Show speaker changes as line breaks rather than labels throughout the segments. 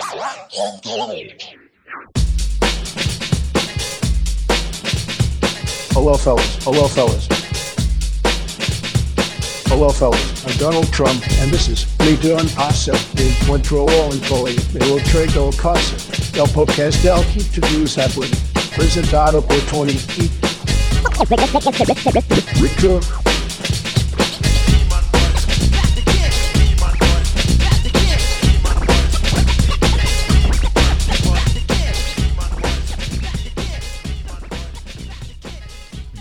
I'm Donald.
Oh well, fellas. Oh well, fellas. Oh well, fellas. I'm Donald Trump, and this is Me Doing Awesome. They went through all in fully. They will trade their concert. Del podcast, del keep to do happening. Presentado por Tony E. Rico.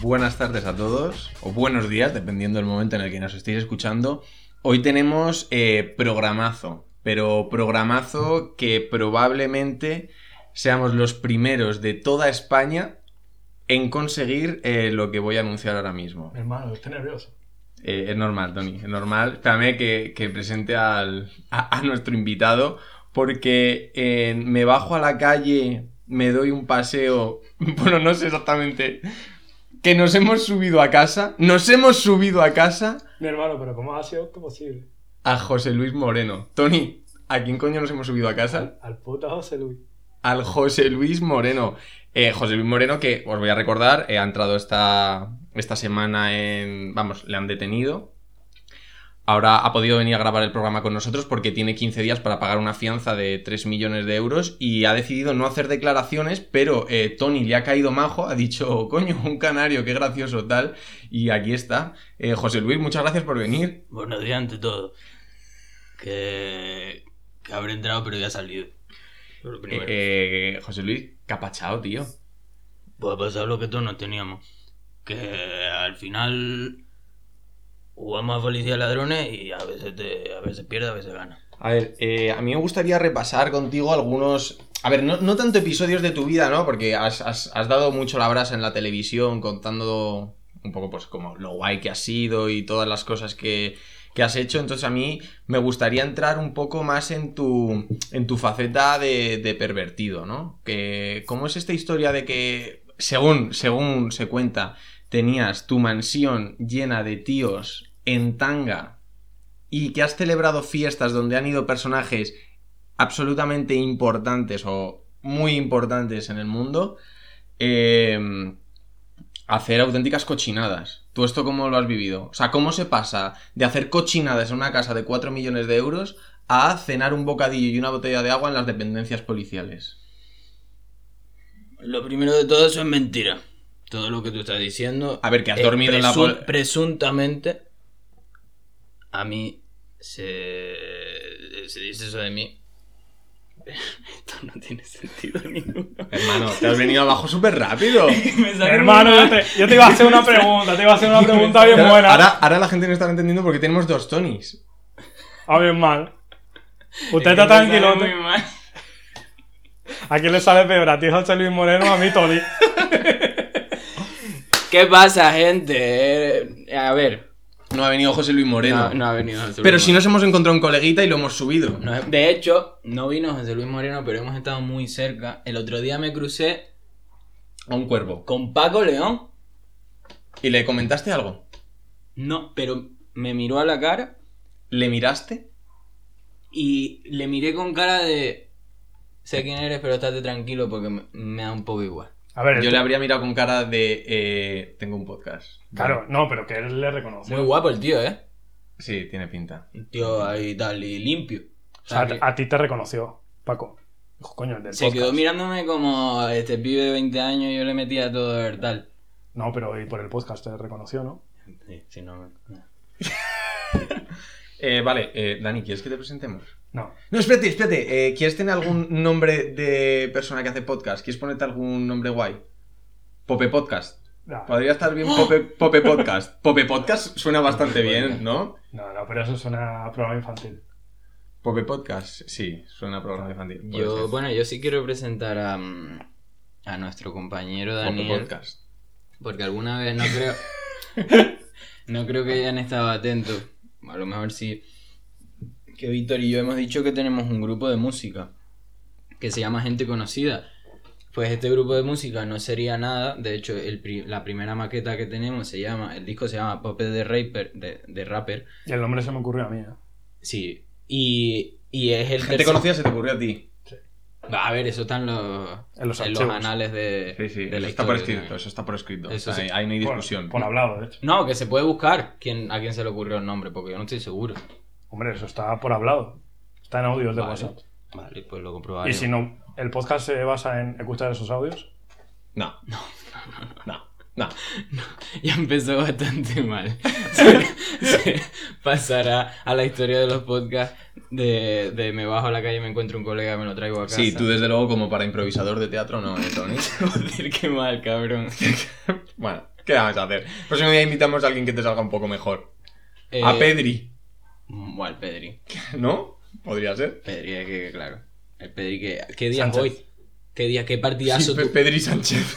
Buenas tardes a todos, o buenos días, dependiendo del momento en el que nos estéis escuchando. Hoy tenemos eh, programazo, pero programazo que probablemente seamos los primeros de toda España en conseguir eh, lo que voy a anunciar ahora mismo.
Hermano, estoy nervioso.
Eh, es normal, Tony, es normal. Espérame que, que presente al, a, a nuestro invitado, porque eh, me bajo a la calle, me doy un paseo, bueno, no sé exactamente, que nos hemos subido a casa, nos hemos subido a casa
Mi hermano, pero ¿cómo ha sido esto posible?
a José Luis Moreno. Tony, ¿a quién coño nos hemos subido a casa?
Al, al puta José Luis.
al José Luis Moreno. Eh, José Luis Moreno, que os voy a recordar, eh, ha entrado esta, esta semana en. Vamos, le han detenido. Ahora ha podido venir a grabar el programa con nosotros porque tiene 15 días para pagar una fianza de 3 millones de euros y ha decidido no hacer declaraciones, pero eh, Tony le ha caído majo, ha dicho, coño, un canario, qué gracioso tal. Y aquí está. Eh, José Luis, muchas gracias por venir.
Buenos días ante todo. Que, que habré entrado pero ya he salido. Eso es lo primero.
Eh, eh, José Luis, capachao, tío.
Pues ha pasado lo que todos nos teníamos. Que al final jugamos a policía y ladrones y a veces te, a veces pierdes, a veces ganas.
A ver, eh, a mí me gustaría repasar contigo algunos. A ver, no, no tanto episodios de tu vida, ¿no? Porque has, has- has dado mucho la brasa en la televisión contando un poco, pues, como lo guay que has sido y todas las cosas que, que has hecho. Entonces, a mí me gustaría entrar un poco más en tu, en tu faceta de, de pervertido, ¿no? Que, ¿Cómo es esta historia de que, según, según se cuenta, tenías tu mansión llena de tíos en tanga y que has celebrado fiestas donde han ido personajes absolutamente importantes o muy importantes en el mundo, eh, hacer auténticas cochinadas. ¿Tú esto cómo lo has vivido? O sea, ¿cómo se pasa de hacer cochinadas en una casa de 4 millones de euros a cenar un bocadillo y una botella de agua en las dependencias policiales?
Lo primero de todo eso es mentira. Todo lo que tú estás diciendo.
A ver, que has
eh,
dormido en la
presun-
pol-
Presuntamente. A mí se. Se dice eso de mí. Esto no tiene sentido ninguno.
Hermano, te has venido abajo súper rápido.
Me sale
Hermano,
muy mal.
yo te, yo te iba a hacer una pregunta, te iba a hacer una pregunta bien
Claro,
buena.
Ahora, ahora la gente no estará entendiendo por qué tenemos dos Tonys.
A ver, Ah, mal. Usted
Es que
está
me sale
tranquilo.
muy mal.
¿A quién le sale peor? A ti José Luis Moreno, a mí Tony.
¿Qué pasa, gente? Eh, A ver.
No ha venido José Luis Moreno.
No, no ha venido José Luis
Pero si
Moreno.
nos hemos encontrado un coleguita y lo hemos subido.
No, De hecho, no vino José Luis Moreno, pero hemos estado muy cerca. El otro día me crucé
A un cuervo.
con Paco León.
¿Y le comentaste algo?
No, pero me miró a la cara
¿Le miraste?
y le miré con cara de. Sé quién eres, pero estate tranquilo porque me, me da un poco igual.
A ver,
Yo
tú-
le habría mirado con cara de... eh, tengo un podcast.
claro, no, pero que él le reconoce.
Muy guapo el tío, ¿eh?
Sí, tiene pinta.
Un tío ahí tal y limpio.
O sea, a, a ti te reconoció, Paco. Dijo, coño, el del
se quedó
podcast.
mirándome como este pibe de 20 años yo le metía todo de tal.
No, pero y por el podcast te reconoció, ¿no?
Sí, sí, no, no.
Eh, vale, eh, Dani, ¿quieres que te presentemos?
No.
No, espérate, espérate. Eh, ¿Quieres tener algún nombre de persona que hace podcast? ¿Quieres ponerte algún nombre guay? Pope Podcast.
No,
Podría estar bien Pope, Pope Podcast. Pope Podcast suena bastante
Pope
bien,
Podcast.
¿no?
no, no, pero eso suena a programa infantil.
Pope Podcast, sí, suena a programa infantil. puede
Yo,
ser.
bueno, yo sí quiero presentar a, mm, a nuestro compañero
Pope
Daniel.
Podcast.
Porque alguna vez no creo. no creo que hayan estado atentos. A lo mejor sí. Que Víctor y yo hemos dicho que tenemos un grupo de música. Que se llama Gente Conocida. Pues este grupo de música no sería nada. De hecho, el pri- la primera maqueta que tenemos se llama. El disco se llama Pope de Rapper. De, de rapper.
Y el nombre se me ocurrió a mí, ¿eh?
Sí. Y, y es el
Gente
tercer-
conocida se te ocurrió a ti.
Va, a ver, eso está en los,
En los archivos.
anales de,
Sí, sí,
de
eso
la
está por escrito,
historia también.
eso está por escrito.
Eso
O sea,
sí.
ahí no hay
Por-
discusión.
Por, hablado, de hecho.
No, que se puede buscar quién, a quién se le ocurrió el nombre, porque yo no estoy seguro.
Hombre, eso está por hablado. Está en audios de
Vale.
WhatsApp.
Vale, pues lo comprobaré.
Y si no, el podcast se basa en escuchar esos audios.
No. No, no, no.
Ya empezó bastante mal. Se- se pasará a la historia de los podcasts de, de me bajo a la calle, me encuentro un colega, me lo traigo a casa.
Sí, tú desde luego como para improvisador de teatro no, eh, Tony.
Joder, qué mal, cabrón.
bueno, ¿qué vamos a hacer? Próximo día invitamos a alguien que te salga un poco mejor.
Eh,
A Pedri,
Bueno, el Pedri.
¿no? Podría ser.
Pedri, es que, claro. El Pedri, que, ¿qué día es
Sánchez.
hoy? ¿Qué día? ¿Qué partidazo
Sí, Pe-
tú-
Pedri Sánchez.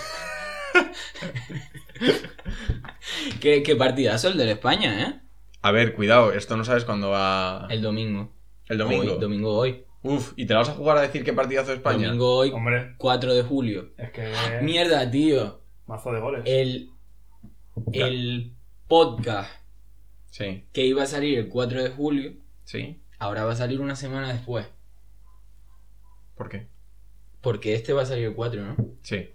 ¿Qué, qué partidazo el de la España, ¿eh?
A ver, cuidado, esto no sabes cuándo va...
El domingo.
El domingo.
Hoy, domingo hoy.
Uf, ¿y te la vas a jugar a decir qué partidazo de España?
Domingo hoy,
Hombre,
4 de julio.
es que.
Ah, Mierda, Eh. tío.
Mazo de goles.
El, el podcast
Sí,
que iba a salir el 4 de julio,
sí.
ahora va a salir una semana después.
¿Por qué?
Porque este va a salir el 4, ¿no?
Sí.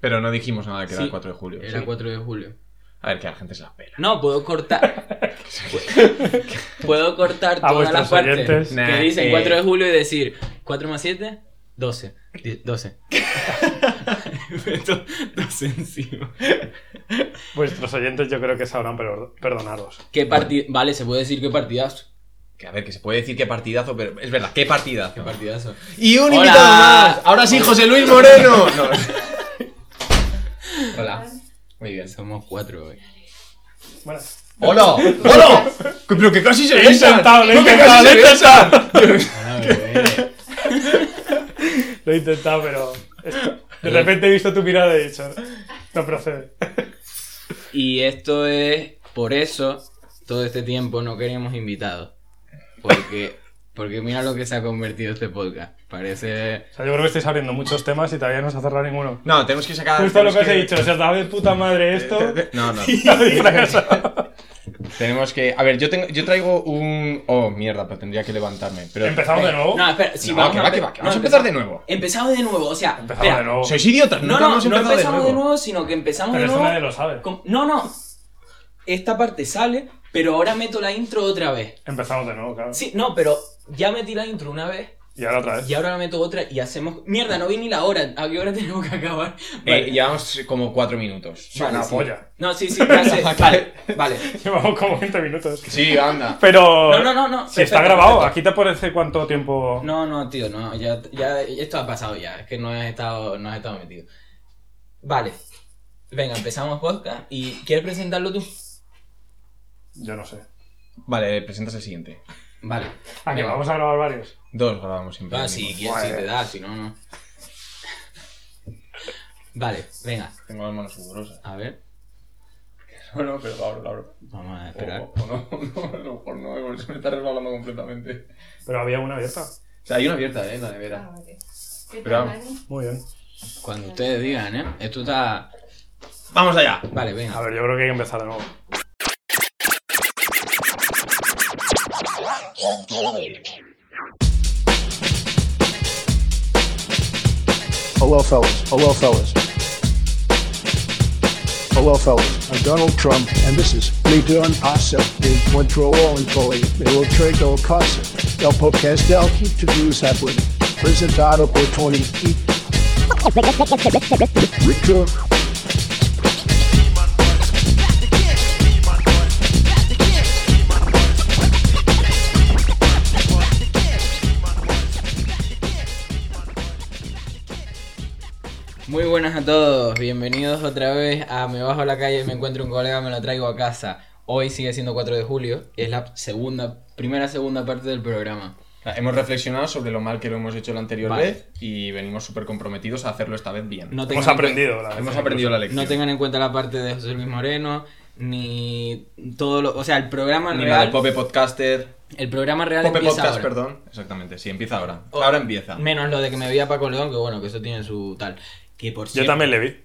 Pero no dijimos nada que era
Sí,
el 4 de julio.
Era
sí.
4 de julio.
A ver, que la gente se las pela.
No, puedo cortar. puedo cortar
Ah,
todas las
vuestros
partes
oyentes.
que
Nah,
dicen
eh.
4 de julio y decir 4 más 7, 12. Di- 12. Meto 12 encima.
Vuestros oyentes yo creo que sabrán per- perdonaros.
¿Qué partid- Vale, se puede decir qué partidazo.
Que a ver, que se puede decir qué partidazo, pero es verdad, qué partidazo.
Qué partidazo.
Y un
Hola.
invitado más. Ahora sí, José Luis Moreno. No. Hola. Muy bien.
Somos 4 hoy.
Bueno,
¡Hola! ¡Hola! Pero que casi se
he
besan.
intentado, lo he
Pero que
intentado,
casi
lo he
se
intentado.
besan.
Hola, bebé.
Lo he intentado, pero. es-
Eh.
De repente he visto tu mirada y he dicho. No procede.
Y esto es por eso todo este tiempo no queríamos invitados. Porque, porque mira lo que se ha convertido este podcast. Parece.
O sea, yo creo que estáis abriendo muchos temas y todavía no se ha cerrado ninguno.
No, tenemos que
Ah,
sacar.
Justo lo que
tenemos
os he dicho, se os da de puta madre esto.
No, no.
y habéis fracasado.
Tenemos que. A ver, yo, tengo, yo traigo un. Oh, mierda, pero tendría que levantarme. Pero... eh,
Empezamos de nuevo.
No, espera, si
¿Oh? No,
vamos,
que
a...
va, que va, que vamos a empezar de nuevo.
Empezamos de nuevo, o sea.
Empezamos
espera.
de nuevo.
Sois idiotas,
No,
nunca
no, no
hemos
empezamos
empezado
de nuevo. sino que empezamos
Pero
de
eso
nuevo.
nadie lo sabe.
con- No, no. Esta parte sale, pero ahora meto la intro otra vez.
Empezamos de nuevo, claro.
Sí, no, pero ya metí la intro una vez.
Y ahora otra vez.
Y ahora la meto otra y hacemos. Mierda, no vi ni la hora. ¿A qué hora tenemos que acabar?
Eh,
Vale.
llevamos como cuatro minutos.
Son una
sí.
polla.
No, sí, sí, ya sé. Vale, vale.
Llevamos como 20 minutos.
Sí, anda.
Pero.
No, no, no, no.
Si está
perfecto,
grabado,
perfecto.
aquí te parece cuánto tiempo.
No, no, tío, no. Ya, ya, esto ha pasado ya. Es que no has estado, no has estado metido. Vale. Venga, empezamos podcast. ¿Y quieres presentarlo tú?
Yo no sé.
Vale, presentas el siguiente.
Vale.
Ah, que
Venga.
vamos a grabar varios.
Dos grabamos siempre.
Va,
el
si,
mismo.
quieres, si te da, si no, no. Vale, venga.
Tengo las manos sudorosas.
A ver.
No, no, pero lo abro, lo abro.
Vamos a
O,
esperar.
o no, no, no, por no, por eso me está resbalando completamente.
Pero había una abierta.
O sea, hay una abierta, ¿eh? En la nevera.
Ah, vale. ¿Qué
Bravo.
tal, Dani?
Muy bien.
Cuando ustedes digan, ¿eh? Esto está.
¡Vamos allá!
Vale,
A
venga.
ver, yo creo que hay que empezar de nuevo.
Hello, fellas. Hello, fellas. Hello, fellas. I'm Donald Trump, and this is Leader on Passo in Montreal and Foley. They will trade their concept. Del podcast, they'll keep to news happening. Presentado por Tony E. Rico.
Muy buenas a todos. Bienvenidos otra vez a Me Bajo a la Calle, me encuentro un colega, me lo traigo a casa. Hoy sigue siendo 4 de julio. Es la segunda, primera, segunda parte del programa.
Hemos reflexionado sobre lo mal que lo hemos hecho la anterior
Vale.
vez y venimos súper comprometidos a hacerlo esta vez bien.
No
Hemos
tengan en
aprendido. la verdad.
Hemos aprendido la
cuen-
lección.
No tengan en cuenta la parte de José Luis Moreno, ni todo lo. O sea, el programa
Ni la
real.
del Pope Podcaster.
El programa real
Pope
empieza
Podcast,
ahora.
perdón. Exactamente, sí, empieza ahora. Ahora empieza.
Menos lo de que me veía Paco León, que bueno, que eso tiene su tal. Que por
Yo
cierto-
también le vi.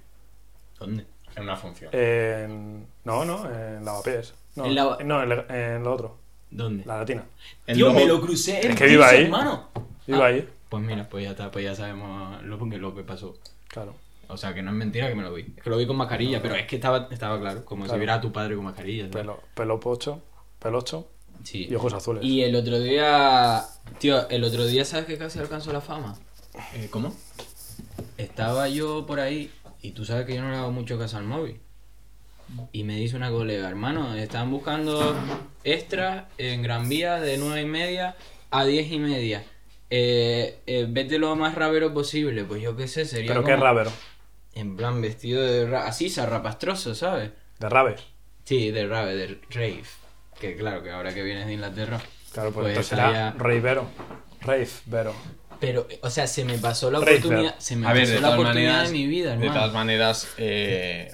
¿Dónde?
En una función.
Eh,
En... No, no, en Lavapiés. E No,
En Ah. Lava-
no en, le- en lo otro.
¿Dónde?
La latina.
En
Yo me
Lobo-
lo crucé.
Es
en
que viva
Pisa,
ahí.
Hermano.
Iba
Ah,
ahí.
Pues mira, pues ya está, pues ya sabemos lo que, lo que pasó.
Claro.
O sea, que no es mentira que me lo vi. Es que lo vi con mascarilla, pero es que estaba, estaba claro, como si
Claro.
viera a tu padre con mascarilla. ¿sabes?
Pelo, pelo pocho, pelocho
Sí.
y ojos azules.
Y el otro día, tío, el otro día, ¿sabes que casi alcanzó la fama?
Eh,
¿Cómo? Estaba yo por ahí y tú sabes que yo no le hago mucho caso al móvil. Y me dice una colega, hermano, están buscando extras en Gran Vía de 9 y media a 10 y media. Eh, eh, vete lo más rabero posible. Pues yo qué sé, sería.
Pero qué
como-
rabero.
En plan vestido de. ra- así, zarrapastroso, ¿sabes?
De rabe.
Sí, de rave, de rave. Que claro, que ahora que vienes de Inglaterra.
Claro, pues,
pues
entonces será
había-
Reivero. Rave Vero.
Pero, o sea, se me pasó la
Rave,
oportunidad.
claro.
Se me
A ver,
pasó
de
la
todas
oportunidad
maneras.
de mi vida,
de
hermano.
todas maneras, eh,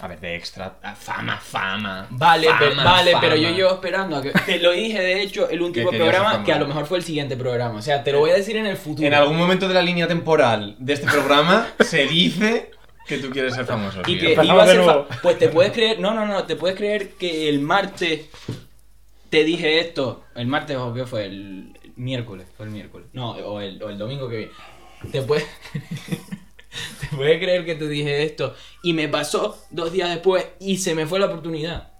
a ver, de extra. ah, Fama, fama.
Vale,
fama,
pero, vale,
fama.
pero yo llevo esperando a que. Te lo dije, de hecho, el último
Que querías
programa,
fama.
que a lo mejor fue el siguiente programa. O sea, te lo voy a decir en el futuro.
En algún momento de la línea temporal de este programa se dice que tú quieres ser famoso.
Y
tío.
que
Empezamos
iba a
de
ser fa-
nuevo.
Pues te puedes creer. No, no, no, te puedes creer que el martes te dije esto. El martes o qué fue? El el miércoles. Fue el miércoles. No, o el, o el domingo que viene. Te puedes. te puedes creer que te dije esto. Y me pasó dos días después y se me fue la oportunidad.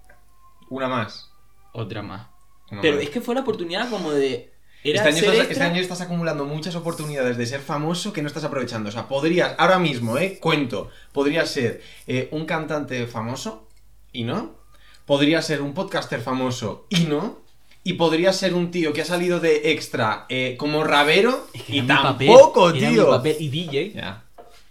Una más.
Otra más.
Una
Pero
más.
es que fue la oportunidad como de. Era
Este año,
ser
estás,
extra.
este año estás acumulando muchas oportunidades de ser famoso que no estás aprovechando. O sea, podrías, ahora mismo, ¿eh? Cuento, podrías ser eh, un cantante famoso y no. Podrías ser un podcaster famoso y no. Y podrías ser un tío que ha salido de extra eh, como rabero
Es que
y
era mi papel,
tampoco,
era mi
tío.
papel. Y DJ.
Ya.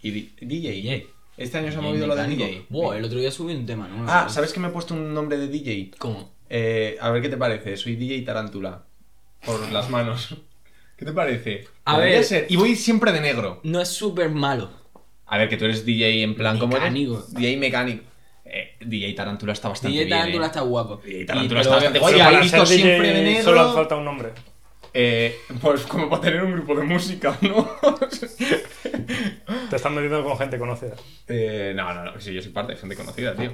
Y di- DJ.
DJ.
Este año se ha movido lo de DJ.
Buah, el otro día subí un tema nuevo.
Ah, ¿sabes que me he puesto un nombre de DJ?
¿Cómo?
Eh, a ver qué te parece. Soy DJ Tarántula. Por las manos. ¿Qué te parece?
A
Podría
ver.
ser. Y voy siempre de negro.
No es súper malo.
A ver, que tú eres DJ en plan como.
Mecánico.
DJ mecánico. Eh, DJ Tarántula está bastante
DJ
bien.
Tarántula
eh.
está guapo.
DJ
Y-
Tarántula
pero-
está bastante guapo.
Pero
Oye,
para
he visto
ser
siempre
DJ
de negro.
Solo hace falta un nombre.
Eh, pues como para tener un grupo de música, ¿no?
Te están metiendo con gente conocida.
Eh, no, no, no. Sí, yo soy parte de gente conocida, tío.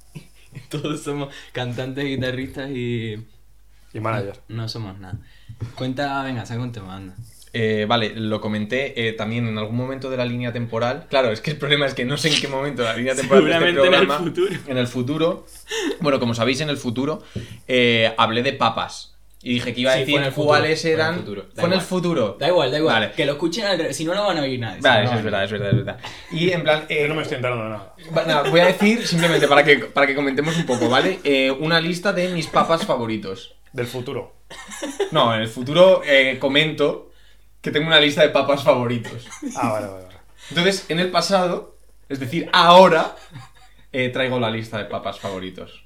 Todos somos cantantes, guitarristas y.
Y manager.
No somos nada. Cuenta, venga, saca un tema, anda.
Eh, vale, lo comenté eh, también en algún momento de la línea temporal. Claro, es que el problema es que no sé en qué momento de la línea temporal de este
Seguramente en el
programa-
futuro.
En el futuro. Bueno, como sabéis, en el futuro eh, hablé de papas. Y dije que iba a
Sí, fue
decir
en el futuro,
cuáles
fue en el
eran.
futuro, da
Fue en el
igual.
futuro.
Da igual, da igual.
Vale.
Que lo escuchen al revés, si no lo van a oír nadie.
Vale,
Si
eso
no,
es
no.
verdad, es verdad, es verdad. Y en plan. eh,
Yo no me estoy enterando de nada.
va- nada, voy a decir simplemente para que, para que comentemos un poco, ¿vale? Eh, una lista de mis papas favoritos.
Del futuro.
No, en el futuro eh, comento que tengo una lista de papas favoritos.
Ah, vale, vale. vale.
Entonces, en el pasado, es decir, ahora, eh, traigo la lista de papas favoritos.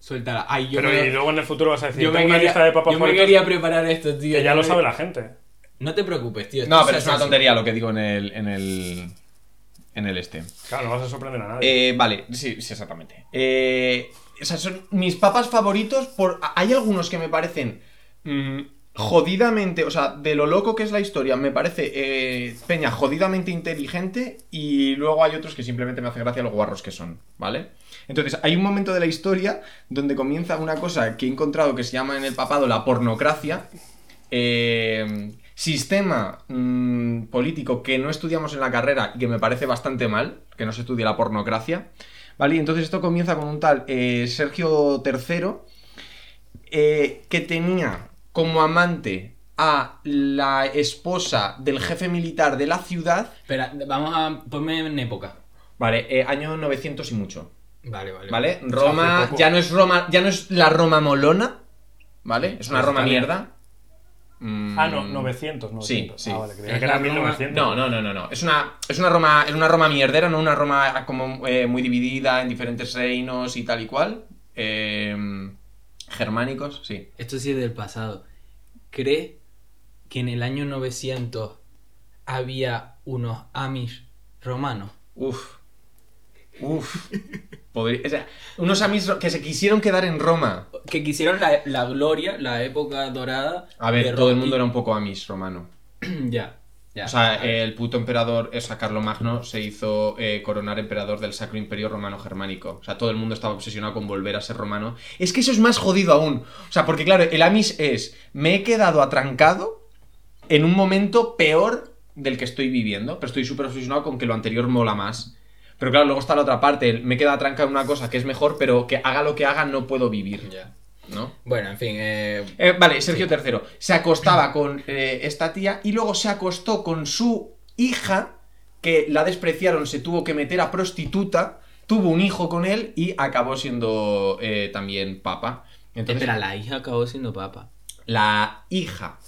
Suéltala. Ay, yo
Pero
me,
y luego en el futuro vas a decir,
yo me
tengo una
quería,
lista de papas
yo me
favoritas
quería preparar esto, tío.
que ya
no
lo
me-
sabe la gente.
No te preocupes, tío.
No,
esto
pero
se
es una
hace así.
tontería lo que digo en el. en el. en el este.
Claro, no vas a sorprender a nadie.
Eh, vale, sí, sí, exactamente. Eh, o sea, son mis papas favoritos. Por, hay algunos que me parecen mm, jodidamente, o sea, de lo loco que es la historia, me parece eh, Peña jodidamente inteligente y luego hay otros que simplemente me hace gracia los guarros que son, ¿vale? Entonces, hay un momento de la historia donde comienza una cosa que he encontrado que se llama en el papado la pornocracia. eh, sistema mm, político que no estudiamos en la carrera y que me parece bastante mal, que no se estudie la pornocracia. ¿Vale? Y entonces esto comienza con un tal eh, Sergio III, eh, que tenía como amante a la esposa del jefe militar de la ciudad.
Espera, vamos a. Ponme en época.
Vale, eh, año 900 y mucho.
Vale, vale.
¿Vale? Roma.
poco.
Ya no es Roma. Ya no es la Roma molona. ¿Vale? Es una
Pues
Roma
Italia.
mierda. Mm,
ah, no, 900, 900.
sí.
Ah, vale, creía
Es
que era
la broma.
1900.
No, no, no, no, no. Es una, es una Roma, es una Roma mierdera, no una Roma como eh, muy dividida en diferentes reinos y tal y cual. Eh, germánicos, sí.
Esto sí es del pasado. ¿Cree que en el año 900 había unos Amish romanos?
Uf. Uf. Podría- o sea, unos amis que se quisieron quedar en Roma.
Que quisieron la, la gloria, la época dorada.
A
de
ver, todo el
Roma.
mundo era un poco amis romano.
ya, ya.
O sea,
A ver.
el puto emperador, o sea, Carlomagno se hizo eh, coronar emperador del Sacro Imperio Romano Germánico. O sea, todo el mundo estaba obsesionado con volver a ser romano. Es que eso es más jodido aún. O sea, porque claro, el Amis es, me he quedado atrancado en un momento peor del que estoy viviendo, pero estoy súper obsesionado con que lo anterior mola más. Pero claro, luego está la otra parte, el me queda trancado en una cosa que es mejor, pero que haga lo que haga no puedo vivir,
Ya.
¿no?
Bueno, en fin. eh,
Eh, vale, Sergio III. Se acostaba con eh, esta tía y luego se acostó con su hija, que la despreciaron, se tuvo que meter a prostituta, tuvo un hijo con él y acabó siendo eh, también papa. Entonces,
espera, la hija acabó siendo papa.
la hija.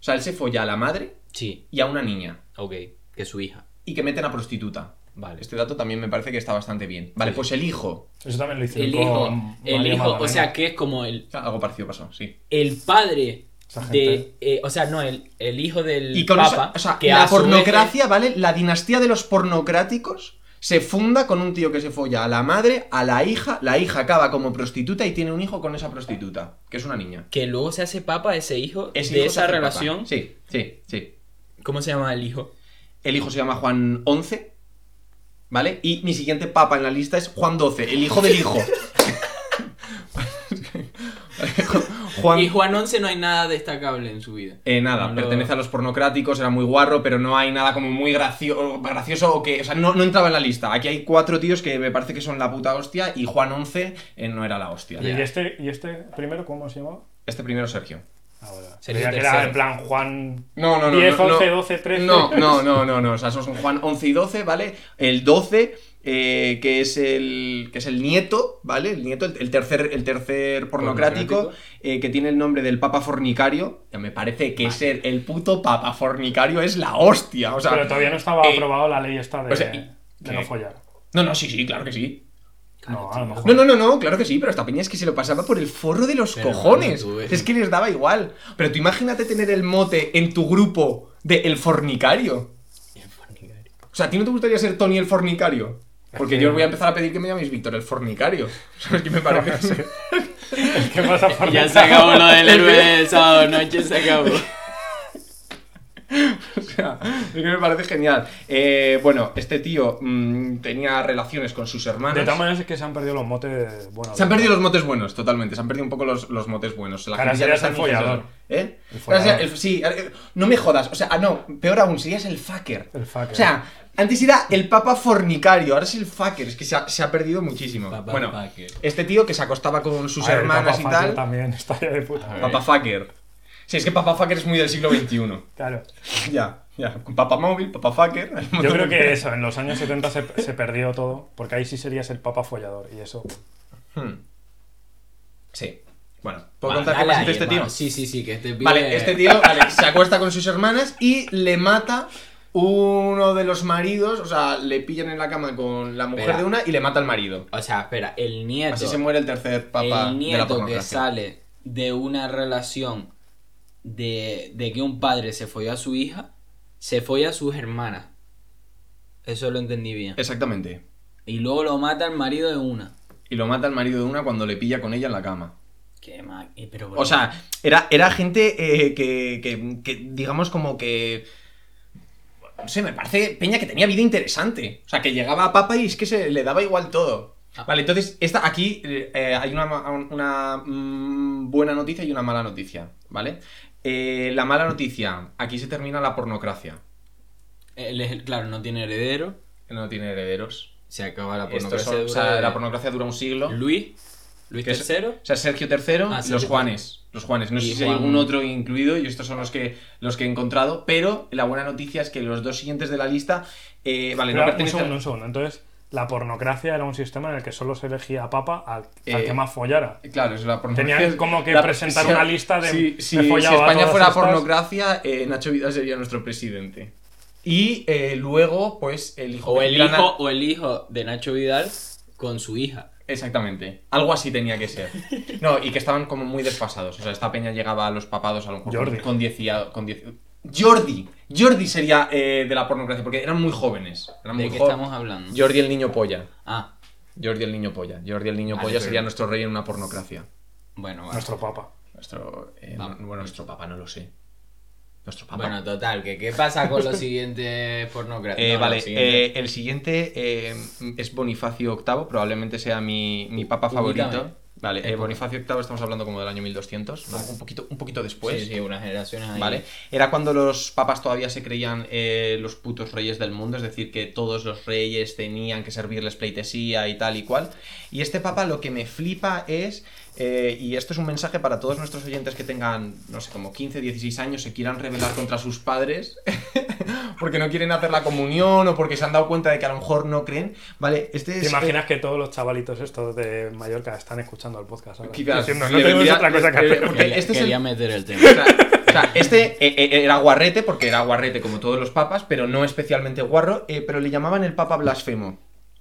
O sea, él se folla a la madre
Sí,
y a una niña.
ok. Que su hija.
Y que meten a prostituta.
Vale.
Este dato también me parece que está bastante bien. Vale,
Sí.
pues el hijo.
Eso también lo hicieron
El
con
hijo. El
María
hijo. O
Magdalena.
sea, que es como el,
Ah, Algo parecido pasó, sí.
el padre
Esa
de. eh, o sea, no, el, el hijo del
Y con
papa.
esa- o sea,
que
la
a su vez-
pornocracia, ¿vale? La dinastía de los pornocráticos se funda con un tío que se folla a la madre, a la hija, la hija acaba como prostituta y tiene un hijo con esa prostituta, que es una niña.
que luego se hace papa ese hijo
Ese
de
hijo se
esa
hace papá.
relación.
Sí, sí, sí.
¿Cómo se llama el hijo?
El hijo se llama Juan XI, ¿vale? Y mi siguiente papa en la lista es Juan XII, el hijo del hijo.
Y Juan Once no hay nada destacable en su vida.
Eh, nada,
No lo-
pertenece a los pornocráticos, era muy guarro, pero no hay nada como muy gracio- gracioso o que. O sea, no, no entraba en la lista. Aquí hay cuatro tíos que me parece que son la puta hostia y Juan 11 eh, no era la hostia.
Ya.
¿Y este, ¿Y este primero cómo se llamaba?
Este primero, Sergio.
Ah, bueno.
Sería
Creía
el
que era
tercero.
en plan Juan.
No, no, no.
10,
no,
11,
no.
12, 13.
No, no, no, no, no. O sea, son Juan 11 y 12, ¿vale? El 12, eh, que, es el, que es el nieto, ¿vale? El nieto, el, el tercer, el tercer pornocrático,
Pornocrático.
eh, que tiene el nombre del Papa Fornicario. Ya me parece que ser el puto Papa Fornicario es la hostia. O sea,
Pero todavía no estaba
eh,
aprobado la ley esta de,
o sea, y-
de no
¿qué?
follar.
No, no, sí, sí, claro que sí.
No, a lo mejor.
No, no, no, no, claro que sí, pero esta peña es que se lo pasaba por el forro de los
Pero,
cojones.
hermano, tú, eh.
es que les daba igual. Pero tú imagínate tener el mote en tu grupo de El Fornicario. O sea, ¿a ti no te gustaría ser Tony el Fornicario? Porque yo os voy a empezar a pedir que me llaméis Víctor el Fornicario. ¿Sabes qué me parece?
¿Qué pasa por
Ya
detrás?
se acabó lo del héroe del sábado noche, se acabó.
O sea, es que me parece genial. Eh, bueno, este tío mm, tenía relaciones con sus hermanos.
De todas maneras es que se han perdido los motes. Bueno,
Se han perdido los motes buenos, totalmente. Se han perdido un poco los, los motes buenos. La
Ahora
gente ya no
serías
está
el
ni
follador.
pensando. ¿Eh?
El
Ahora sería
follador.
el- sí, eh, no me jodas. O sea, ah, no, peor aún, serías el fucker.
El fucker.
O sea, antes era el papa fornicario, ahora es el fucker. Es que se ha, se ha perdido muchísimo.
Papa
bueno,
fucker.
este tío que se acostaba con sus
A ver,
hermanas
Papa
y
Facio
tal.
también ¿eh? está ya de puta. madre.
Papa fucker. Sí, es que papa fucker es muy del siglo XXI.
Claro.
ya, ya. Con papa móvil, papa fucker. hay un
Yo
montón
creo
de-
que eso, en los años 70 se, se perdió todo, porque ahí sí serías el papa follador, y eso.
Hmm. Sí. Bueno, ¿puedo contar qué
Dale
más
ahí,
hizo este tío?
hermano. Sí, sí, sí, que este pibe...
Vale, este tío vale, se acuesta con sus hermanas y le mata uno de los maridos, o sea, le pillan en la cama con la mujer
Espera.
de una y le mata al marido.
O sea, espera, el nieto...
Así se muere el tercer papa
el
de la
nieto que
pornografía.
sale de una relación de, de que un padre se folló a su hija, se folla a sus hermanas. Eso lo entendí bien.
Exactamente.
Y luego lo mata el marido de una.
Y lo mata al marido de una cuando le pilla con ella en la cama.
Qué ma... eh, pero
O sea, era, era gente eh, que, que- que, digamos, como que. No sé, me parece Peña que tenía vida interesante. O sea, que llegaba a Papa y es que se le daba igual todo.
Ah.
Vale, entonces, esta, aquí eh, eh, hay una, ma- una, mm, buena noticia y una mala noticia, ¿vale? Eh, la mala noticia, aquí se termina la pornocracia.
Él es el- claro, no tiene heredero.
No tiene herederos.
Se acaba la
Esto
pornografía.
son- o sea, la pornografía dura un siglo.
Luis, Luis
Que es-
III.
O sea, Sergio III,
Ah,
los
Sergio
Juanes. Los Juanes. No
Y
sé si hay
Juan-
algún otro incluido, y estos son los que, los que he encontrado. Pero la buena noticia es que los dos siguientes de la lista. eh, vale,
Pero
no
un
pertenecen.
segundo, un segundo. Entonces, la pornocracia era un sistema en el que solo se elegía a papa al, al
Eh,
que más follara.
Claro, es la pornografía.
Tenían como que presentar una lista de-
Si,
me
si-
he
si
follado a
España
todas
fuera
estas.
pornografía, eh, Nacho Vidal sería nuestro presidente. Y eh, luego, pues, el hijo.
O el,
Gran-
hijo, o el hijo de Nacho Vidal con su hija.
Exactamente. Algo así tenía que ser. No, y que estaban como muy desfasados. O sea, esta peña llegaba a los papados a lo mejor
Jordi.
con 10 y a- con 10 Jordi. Jordi sería eh, de la pornografía, porque eran muy jóvenes. Eran
¿De
muy
qué
jo-
estamos hablando?
Jordi el niño polla.
Ah,
Jordi el niño polla. Jordi el niño
Vale,
polla
pero-
sería nuestro rey en una pornocracia.
bueno, vale.
Nuestro papa.
Nuestro. eh,
Vamos.
no- bueno, nuestro papá no lo sé. Nuestro papá.
Bueno, total, que ¿qué pasa con los siguientes pornográficos?
Eh,
No,
vale,
los siguientes-
eh, el siguiente eh, es Bonifacio VIII, probablemente sea mi, mi papa
Ubícame.
favorito. Vale, eh, Bonifacio VIII estamos hablando como del año 1200, ¿no? un, poquito, un poquito después.
Sí, sí, unas generaciones ahí.
pues. Vale. Era cuando los papas todavía se creían eh, los putos reyes del mundo, es decir, que todos los reyes tenían que servirles pleitesía y tal y cual. Y este papa lo que me flipa es, eh, y esto es un mensaje para todos nuestros oyentes que tengan, no sé, como 15, 16 años, se quieran rebelar contra sus padres porque no quieren hacer la comunión o porque se han dado cuenta de que a lo mejor no creen. Vale, este es.
¿Te imaginas que todos los chavalitos estos de Mallorca están escuchando al podcast? ahora?
Quizás.
Diciendo,
Sí,
no tenemos
debería-
otra cosa que
debería-
hacer.
porque
Quería,
este es
quería
el-
meter el tema.
O sea, o sea, este eh, eh, era guarrete, porque era guarrete como todos los papas, pero no especialmente guarro, eh, pero le llamaban el papa blasfemo.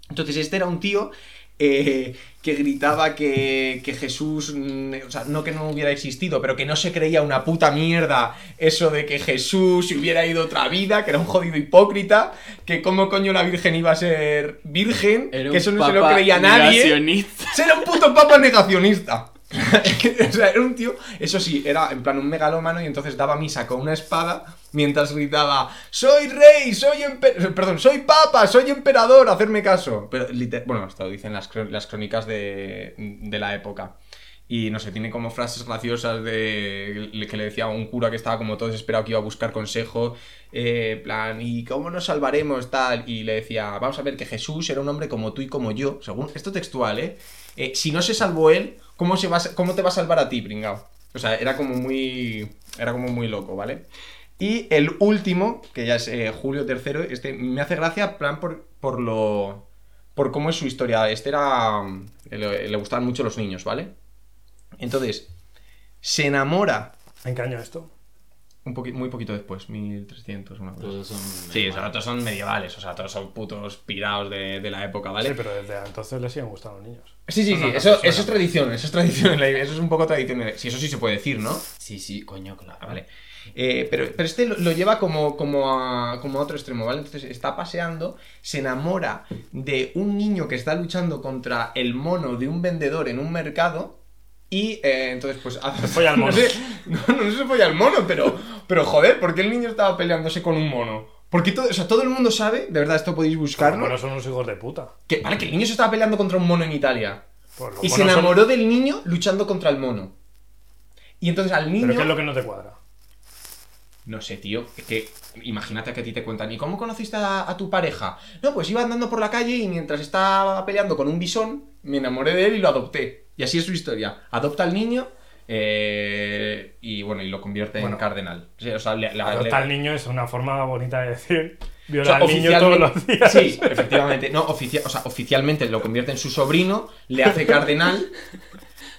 Entonces este era un tío eh, que gritaba que, que Jesús, mm, o sea, no que no hubiera existido, pero que no se creía una puta mierda eso de que Jesús se hubiera ido a otra vida, que era un jodido hipócrita, que cómo coño la Virgen iba a ser virgen,
Era
que
un
eso no se lo
papa
creía nadie.
negacionista.
Era un puto papa negacionista. o sea, era un tío, eso sí, era en plan un megalómano y entonces daba misa con una espada mientras gritaba, soy rey, soy emperador, perdón, soy papa, soy emperador, hacerme caso. Pero, liter- bueno, esto lo dicen las, cro- las crónicas de, de la época. Y no sé, tiene como frases graciosas de que le decía a un cura que estaba como todo desesperado que iba a buscar consejo, eh, plan, ¿y cómo nos salvaremos tal? Y le decía, vamos a ver que Jesús era un hombre como tú y como yo, según esto textual, ¿eh? Eh, si no se salvó él, ¿cómo, se va a sa- ¿cómo te va a salvar a ti, pringao? O sea, era como muy, era como muy loco, ¿vale? Y el último, que ya es eh, Julio III, este me hace gracia, plan, por, por lo... Por cómo es su historia. Este era... Le, le gustaban mucho los niños, ¿vale? Entonces, se enamora
¿En qué año esto?
un poqui- muy poquito después, 1300, una cosa.
Todos son
Sí, o
medio
sea, todos son medievales, o sea, todos son putos pirados de, de la época, ¿vale?
Sí, pero desde entonces les siguen gustando los niños.
Sí, sí,
Son
sí,
una
eso,
cosa
eso es tradición, eso es tradición, en la iglesia, eso es un poco tradición. en la- Sí, eso sí se puede decir, ¿no?
Sí, sí, coño, claro.
Ah, vale. Eh, pero, pero este lo, lo lleva como, como, a, como a otro extremo, ¿vale? Entonces está paseando, se enamora de un niño que está luchando contra el mono de un vendedor en un mercado y eh, entonces pues... hace-
folla al mono.
No, sé, no, no, no se folla al mono, pero, pero joder, ¿por qué el niño estaba peleándose con un mono? Porque todo, o sea, todo el mundo sabe, de verdad, esto podéis buscarlo,
Bueno, son unos hijos de puta.
que, vale, que el niño se estaba peleando contra un mono en Italia.
Pues los
Y se
monos son-
enamoró del niño luchando contra el mono. Y entonces al niño...
¿Pero qué es lo que no te cuadra?
No sé, tío, es que imagínate que a ti te cuentan, ¿y cómo conociste a, a tu pareja? No, pues iba andando por la calle y mientras estaba peleando con un bisón, me enamoré de él y lo adopté. Y así es su historia. Adopta al niño eh, y bueno, y lo convierte
Bueno.
en cardenal. Sí, o sea, le- le- le-
Adoptar al niño es una forma bonita de decir
o sea,
violar al niño
oficialmente-
todos los días.
Sí, efectivamente. No, oficia- o sea, oficialmente lo convierte en su sobrino, le hace cardenal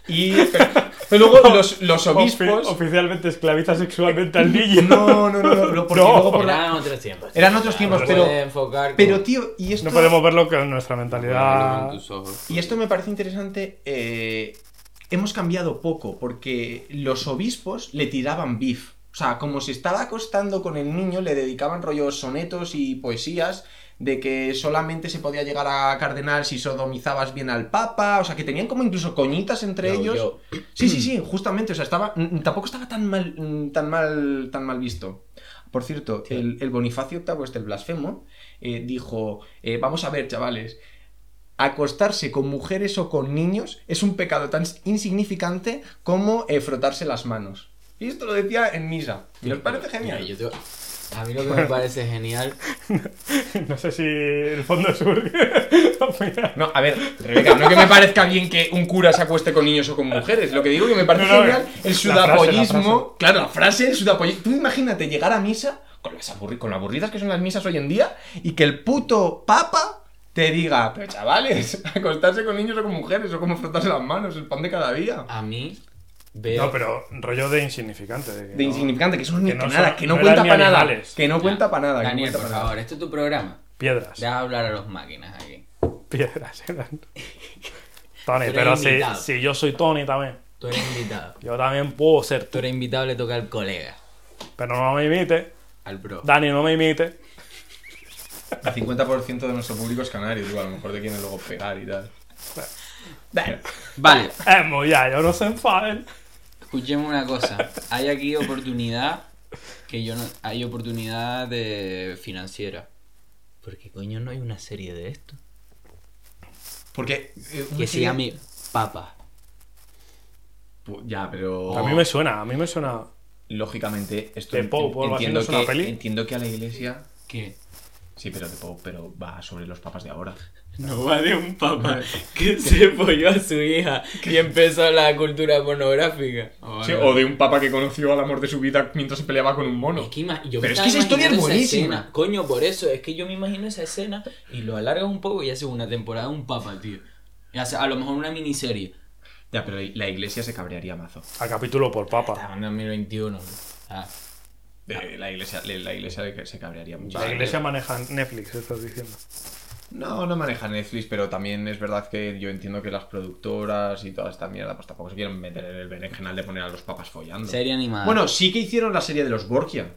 y... Pero, pero luego los, los
Ofi-
obispos...
oficialmente esclaviza sexualmente al niño.
No, no, no, no, no, porque
No.
luego por la-
Eran otros tiempos.
Eran otros tiempos,
No
pero-
puedes enfocar
Pero
con-
tío, y esto...
No podemos verlo con nuestra
con
mentalidad.
tus ojos.
Y esto me parece interesante. eh, hemos cambiado poco, porque los obispos le tiraban beef. O sea, como se estaba acostando con el niño, le dedicaban rollos sonetos y poesías de que solamente se podía llegar a cardenal si sodomizabas bien al papa. O sea, que tenían como incluso coñitas entre
Yo,
ellos.
yo.
Sí, sí, sí, justamente. O sea, estaba. mm, Tampoco estaba tan mal. mm, tan mal. tan mal visto. Por cierto, el, el Bonifacio VIII, este el blasfemo, eh, dijo: eh, Vamos a ver, chavales. Acostarse con mujeres o con niños es un pecado tan insignificante como eh, frotarse las manos. Y esto lo decía en misa. ¿Y os parece genial?
Mira, yo te- A mí lo que me parece genial
No sé si el fondo sur. Mira.
No, a ver, Rebeca, no que me parezca bien que un cura se acueste con niños o con mujeres. Lo que digo que me parece
No, no,
genial
la
el
frase, la frase.
sudapollismo. Claro, la frase, el sudapollismo. Tú imagínate llegar a misa con las, aburri- con lo aburridas que son las misas hoy en día y que el puto papa te diga, pero chavales, acostarse con niños o con mujeres o como frotarse las manos, el pan de cada día.
a mí veo
No, pero rollo de insignificante. de que
De
no-
insignificante, que eso no,
que
que
no
nada,
son-
que no,
no eran
cuenta
ni
para nada.
animales.
Que no cuenta para nada. que no
Daniel,
cuenta
por
pa' nada.
favor, este es tu programa.
Piedras.
Deja hablar a los máquinas aquí.
Piedras eran. Tony,
Pero
pero si,
invitado.
si yo soy Tony también.
Tú eres invitado.
Yo también puedo ser
Tú
tú.
eres invitado, le toca al colega,
Pero no me imite.
al bro.
Dani, no me imite.
El 50% de nuestro público es canario, digo, a lo mejor te quieren luego pegar y tal. Bueno,
Vale,
Es muy ya, yo no se enfaden.
escuchemos una cosa. Hay aquí oportunidad que yo no. Hay oportunidad de financiera. Porque coño no hay una serie de esto.
porque... eh, una
Que se
serie-
llame Papa.
Pu- Ya,
Oh.
pero.
A mí me suena, a mí me suena.
Lógicamente, esto.
The
en-
Pope o algo así,
entiendo,
¿no es una
que,
peli?
entiendo que a la iglesia.
¿Qué?
Sí, pero The Pope, pero va sobre los papas de ahora.
No va de un papa que se folló a su hija y empezó la cultura pornográfica.
Sí, o de un papa que conoció al amor de su vida mientras se peleaba con un mono.
Es que ima- yo me
Pero es
estaba
que esa historia es
imaginando esa
buenísima.
escena. Coño, por eso, es que yo me imagino esa escena y lo alargas un poco y haces una temporada de un papa, tío. Y hace- a lo mejor una miniserie.
Ya, pero la iglesia se cabrearía mazo.
A capítulo por papa.
Estamos en 2021. bro. Ah,
Eh, La iglesia, la la iglesia de que se cabrearía mucho.
La iglesia maneja Netflix, estás diciendo.
No, no maneja Netflix, pero también es verdad que yo entiendo que las productoras y toda esta mierda, pues tampoco se quieren meter en el berenjenal de poner a los papas follando.
serie animada.
Bueno, sí que hicieron la serie de los Borgia.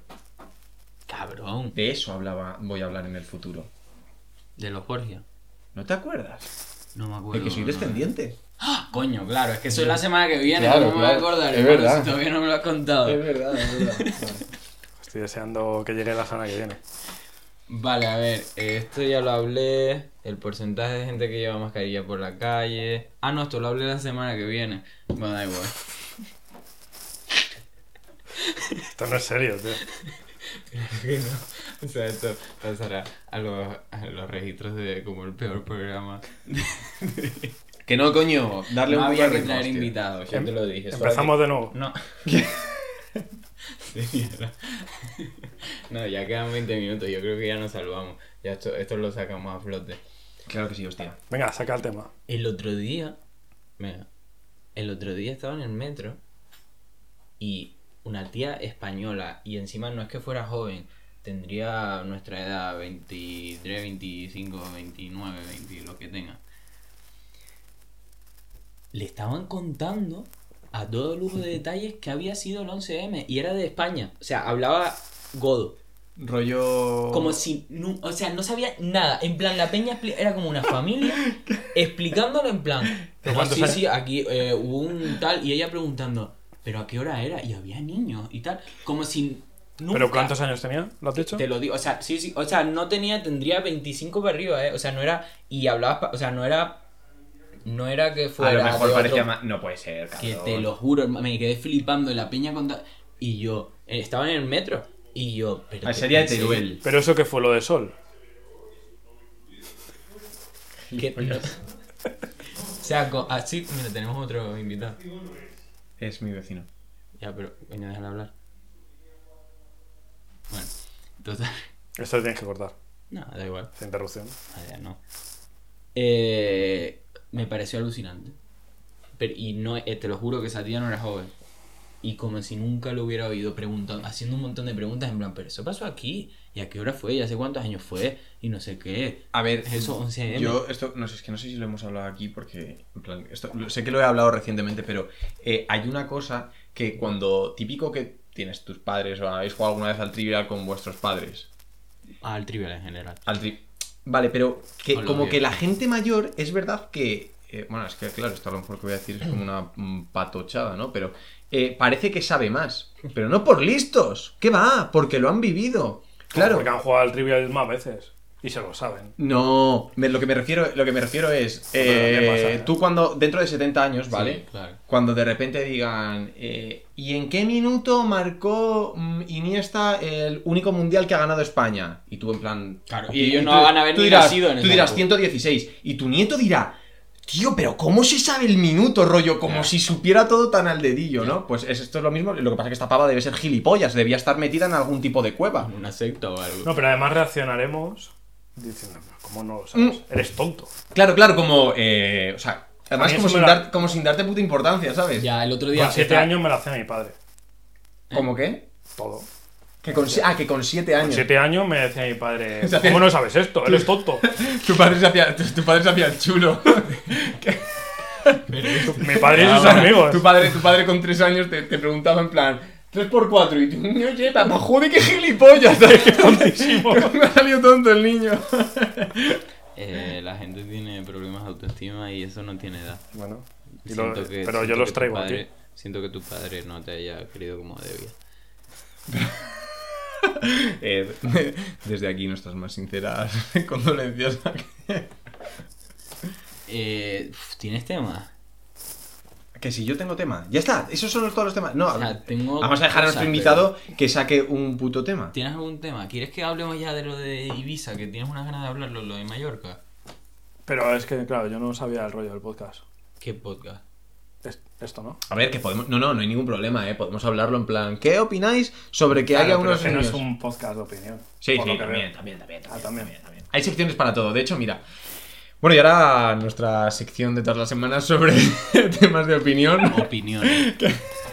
Cabrón.
De eso hablaba, voy a hablar en el futuro.
De los Borgia.
¿No te acuerdas?
No me acuerdo.
De que soy
no, no.
descendiente.
¡Ah! Coño, claro, es que eso es la semana que viene.
Claro,
no me
claro,
voy a acordar.
es
hermano,
verdad.
Si todavía no me lo has contado.
verdad, es verdad.
Estoy deseando que llegue la semana que viene.
Vale, a ver, eh, esto ya lo hablé, el porcentaje de gente que lleva mascarilla por la calle. Ah, no, esto lo hablé la semana que viene. Bueno, da igual.
Esto no es serio, tío.
o sea, esto pasará a los, a los registros de como el peor programa.
que no, coño. Darle
no
un
había
poco de
que
ritmo,
traer
hostia.
invitados, ya te lo dije. solo
Empezamos de nuevo.
que- No. De mierda. no, ya quedan 20 minutos, yo creo que ya nos salvamos. Ya esto, esto lo sacamos a flote.
Claro que sí, hostia.
Venga, saca el tema.
El otro día, mira, el otro día estaba en el metro y una tía española, y encima no es que fuera joven, tendría nuestra edad 23, 25, 29, 20, lo que tenga. Le estaban contando a todo lujo de detalles que había sido el 11M y era de España, o sea, hablaba godo.
Rollo.
Como si, nu- o sea, no sabía nada. En plan, la peña expli- era como una familia explicándolo en plan.
¿Pero
No,
cuántos
sí,
años?
sí, aquí eh, hubo un tal y ella preguntando, ¿pero a qué hora era? Y había niños y tal. Como si nunca...
¿Pero cuántos años tenía? ¿Lo has dicho?
Te lo digo, o sea, sí, sí, o sea, no tenía, tendría 25 para arriba, ¿eh? O sea, no era... Y hablabas, pa- o sea, no era... No era que fuera...
A lo
de
mejor
otro
parecía más. No puede ser,
que
cabrón.
te lo juro, hermano, me quedé flipando en la peña con... ta- Y yo, eh, estaba en el metro. Y yo... Pero
Ah,
te-
sería de
¿en serio?
Teruel.
Pero eso que fue lo de Sol.
Que- o sea, co- así, mira, tenemos otro invitado.
Es mi vecino.
Ya, pero, coño, déjalo hablar. Bueno, total.
Esto lo tienes que cortar.
No, da igual.
Esa interrupción.
Ah, ya, no. Eh, me pareció alucinante. Pero, y no, eh, te lo juro que esa tía no era joven. Y como si nunca lo hubiera oído preguntando, haciendo un montón de preguntas en plan, pero eso pasó aquí, y a qué hora fue, y hace cuántos años fue, y no sé qué.
A ver,
Eso, 11M.
Yo, esto, no sé, es que no sé si lo hemos hablado aquí porque, en plan, esto, lo- sé que lo he hablado recientemente, pero eh, hay una cosa que cuando, típico que tienes tus padres o habéis jugado alguna vez al trivial con vuestros padres.
Ah, el trivial en general.
Al tri- Vale, pero que,
Hola,
como
bien.
que la gente mayor, es verdad que, eh, bueno, es que claro, esto a lo mejor que voy a decir es como una mm, patochada, ¿no? Pero eh, parece que sabe más, pero no por listos, ¿qué va? Porque lo han vivido. Claro.
Porque han jugado al trivial más veces. Y se lo saben.
No, me- lo, que me refiero, lo que me refiero es,
Pero, ¿qué
eh,
pasa, eh?
tú cuando, dentro de 70 años, ¿vale?
claro.
Cuando de repente digan, eh, ¿y en qué minuto marcó mm, Iniesta el único mundial que ha ganado España? Y tú en plan...
Claro,
y,
y ellos
y
no
tú-
van a haber
tú
ni
dirás,
nacido en
Tú
esa
dirás
época.
116, y tu nieto dirá... Tío, pero ¿cómo se sabe el minuto, rollo? Como si supiera todo tan al dedillo, ¿no? Pues es, esto es lo mismo. Lo que pasa es que esta pava debe ser gilipollas, debía estar metida en algún tipo de cueva.
Una secta o algo.
No, pero además reaccionaremos diciendo, "Pero ¿cómo no lo sabes? Eres tonto.
Claro, claro, como. eh, o sea,
A
además
mí
como
eso
sin,
me la-
dar- como sin darte puta importancia, ¿sabes?
Ya, el otro día.
Con siete
estaba-
años me lo hacía mi padre.
¿Cómo qué?
Todo.
Que con, si- ah, que con siete
Con
años.
siete años me decía mi padre,
sea,
¿cómo no sabes esto? Eres tonto.
Tu, padre se hacía, tu, tu padre se hacía el chulo.
mi padre y sus amigos.
tu, padre, tu padre con tres años te, te preguntaba en plan. 3x4 y tú, niño, che, papá, joder, qué gilipollas.
Tontísimo.
Me ha salido tonto el niño.
Eh, la gente tiene problemas de autoestima y eso no tiene edad.
Bueno, y lo-
Siento que-
pero
siento
yo
que
los
tu
traigo
padre-
aquí.
Siento que tu padre no te haya querido como debía.
Eh, desde aquí nuestras más sinceras condolencias.
Eh, uf, ¿Tienes tema?
que si yo tengo tema. Ya está, esos son todos los temas. No,
O sea, tengo
vamos a dejar a
cosas,
nuestro invitado que saque un puto tema.
¿Tienes algún tema? ¿Quieres que hablemos ya de lo de Ibiza? Que tienes unas ganas de hablarlo, lo de Mallorca.
Pero es que, claro, yo no sabía el rollo del podcast.
¿Qué podcast?
Es- esto, ¿no?
A ver, que podemos. No, no, no hay ningún problema, ¿eh? Podemos hablarlo en plan. ¿Qué opináis sobre que haya
Claro, pero
unos
ese no
niños?
es un podcast de opinión.
Sí,
por lo
sí,
que
también,
veo.
también, también,
Ah,
también,
también.
también, también. Hay secciones para todo. De hecho, mira. Bueno, y ahora nuestra sección de todas las semanas sobre temas de opinión.
Opiniones.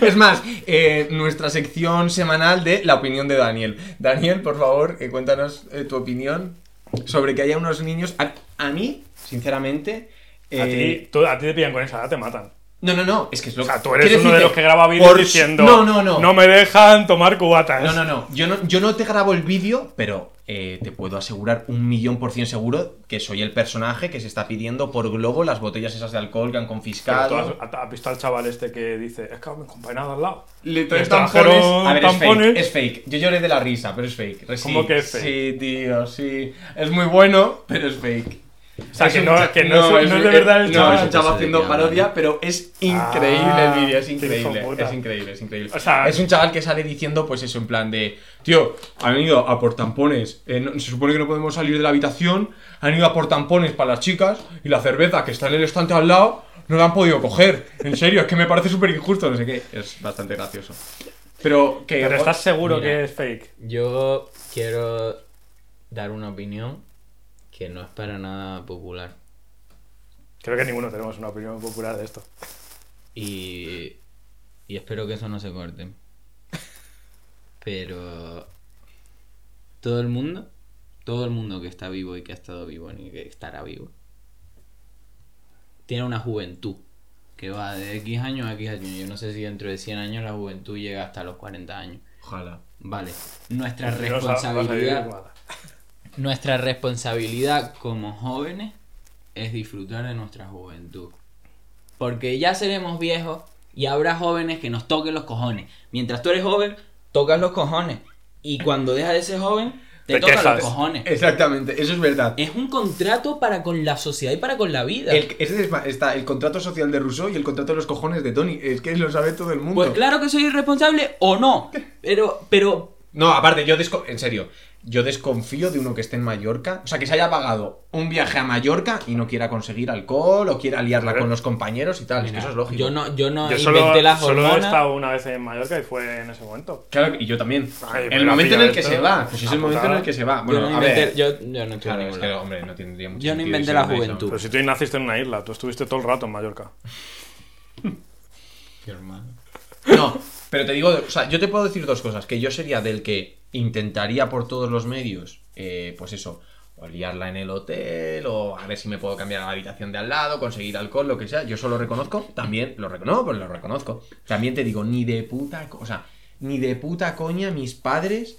Es más, eh, nuestra sección semanal de la opinión de Daniel. Daniel, por favor, eh, cuéntanos eh, tu opinión sobre que haya unos niños. A, a mí, sinceramente.
A,
eh,
ti, tú- a ti te pillan con esa edad, te matan.
No, no, no. Es que es lo
O sea, tú eres
Quiero
uno de
decirte,
los que graba vídeos
por-
diciendo
No, no, no.
me dejan tomar cubatas.
No, no, no. Yo no, yo no te grabo el vídeo, pero eh, te puedo asegurar un millón por cien seguro que soy el personaje que se está pidiendo por globo las botellas esas de alcohol que han
Pero
confiscado.
tú has, has visto al chaval este que dice, es que mi compañero de al lado.
Le
traes tampones.
A ver,
tampones.
es fake. Es fake. Yo lloré de la risa, pero es fake. Re-
¿Cómo
sí,
que es fake?
Sí, tío, sí. Es muy bueno, pero es fake.
O sea,
Es
que
un
no-
cha-
que no es un- no es de verdad el
no,
chaval.
es un chaval haciendo
Sí,
parodia,
vale.
pero es increíble
Ah,
el vídeo, es
qué
increíble,
hijo puta.
es increíble, es increíble.
O sea-
es un chaval que sale diciendo, pues eso, en plan de, tío, han ido a por tampones, eh, no- se supone que no podemos salir de la habitación, han ido a por tampones para las chicas y la cerveza que está en el estante al lado no la han podido coger. En serio, es que me parece súper injusto, no sé qué, es bastante gracioso. Pero que...
Pero estás seguro
Mira.
que es fake.
Yo quiero dar una opinión que no es para nada popular.
Creo que ninguno tenemos una opinión popular de esto.
Y, y espero que eso no se corte. Pero todo el mundo, todo el mundo que está vivo y que ha estado vivo y que estará vivo, tiene una juventud que va de X años a X años. Yo no sé si dentro de 100 años la juventud llega hasta los 40 años.
Ojalá.
Vale, nuestra
No sa- vas a vivir
responsabilidad
nada.
nuestra responsabilidad como jóvenes es disfrutar de nuestra juventud. Porque ya seremos viejos y habrá jóvenes que nos toquen los cojones. Mientras tú eres joven, tocas los cojones. Y cuando dejas de ser joven, te,
Te
tocan
quejas.
los cojones.
Exactamente, eso es verdad.
Es un contrato para con la sociedad y para con la vida.
El, ese es ma- está el contrato social de Rousseau y el contrato de los cojones de Tony. Es que lo sabe todo el mundo.
Pues claro que soy irresponsable o no. Pero, pero
No, aparte, yo desco- en serio, yo desconfío de uno que esté en Mallorca. O sea, que se haya pagado un viaje a Mallorca y no quiera conseguir alcohol o quiera liarla con los compañeros y tal. es que eso es lógico.
yo no, yo no
Yo
Ah, inventé
solo,
las
solo he
hormonas.
estado una vez en Mallorca y fue en ese momento.
Claro, y yo también.
Ay,
el
pero
momento en el
tío,
que
esto
se va. Pues
es
es
una
el momento en
putada.
el que se va.
Yo
Bueno,
no
a
inventé-
ver.
yo, yo no estoy
Claro,
en
es
ningún
que,
lado.
hombre, no tendría mucho
Yo no
sentido
inventé
irse
la
a Bison.
juventud.
Pero si tú naciste en una isla, tú estuviste todo el rato en Mallorca.
Qué hermano.
No, pero te digo, o sea, yo te puedo decir dos cosas. Que yo sería del que intentaría por todos los medios, eh, pues eso, o liarla en el hotel, o a ver si me puedo cambiar a la habitación de al lado, conseguir alcohol, lo que sea. Yo eso lo reconozco, también lo reconozco, pero lo reconozco. También te digo, ni de puta, co- o sea, ni de puta coña mis padres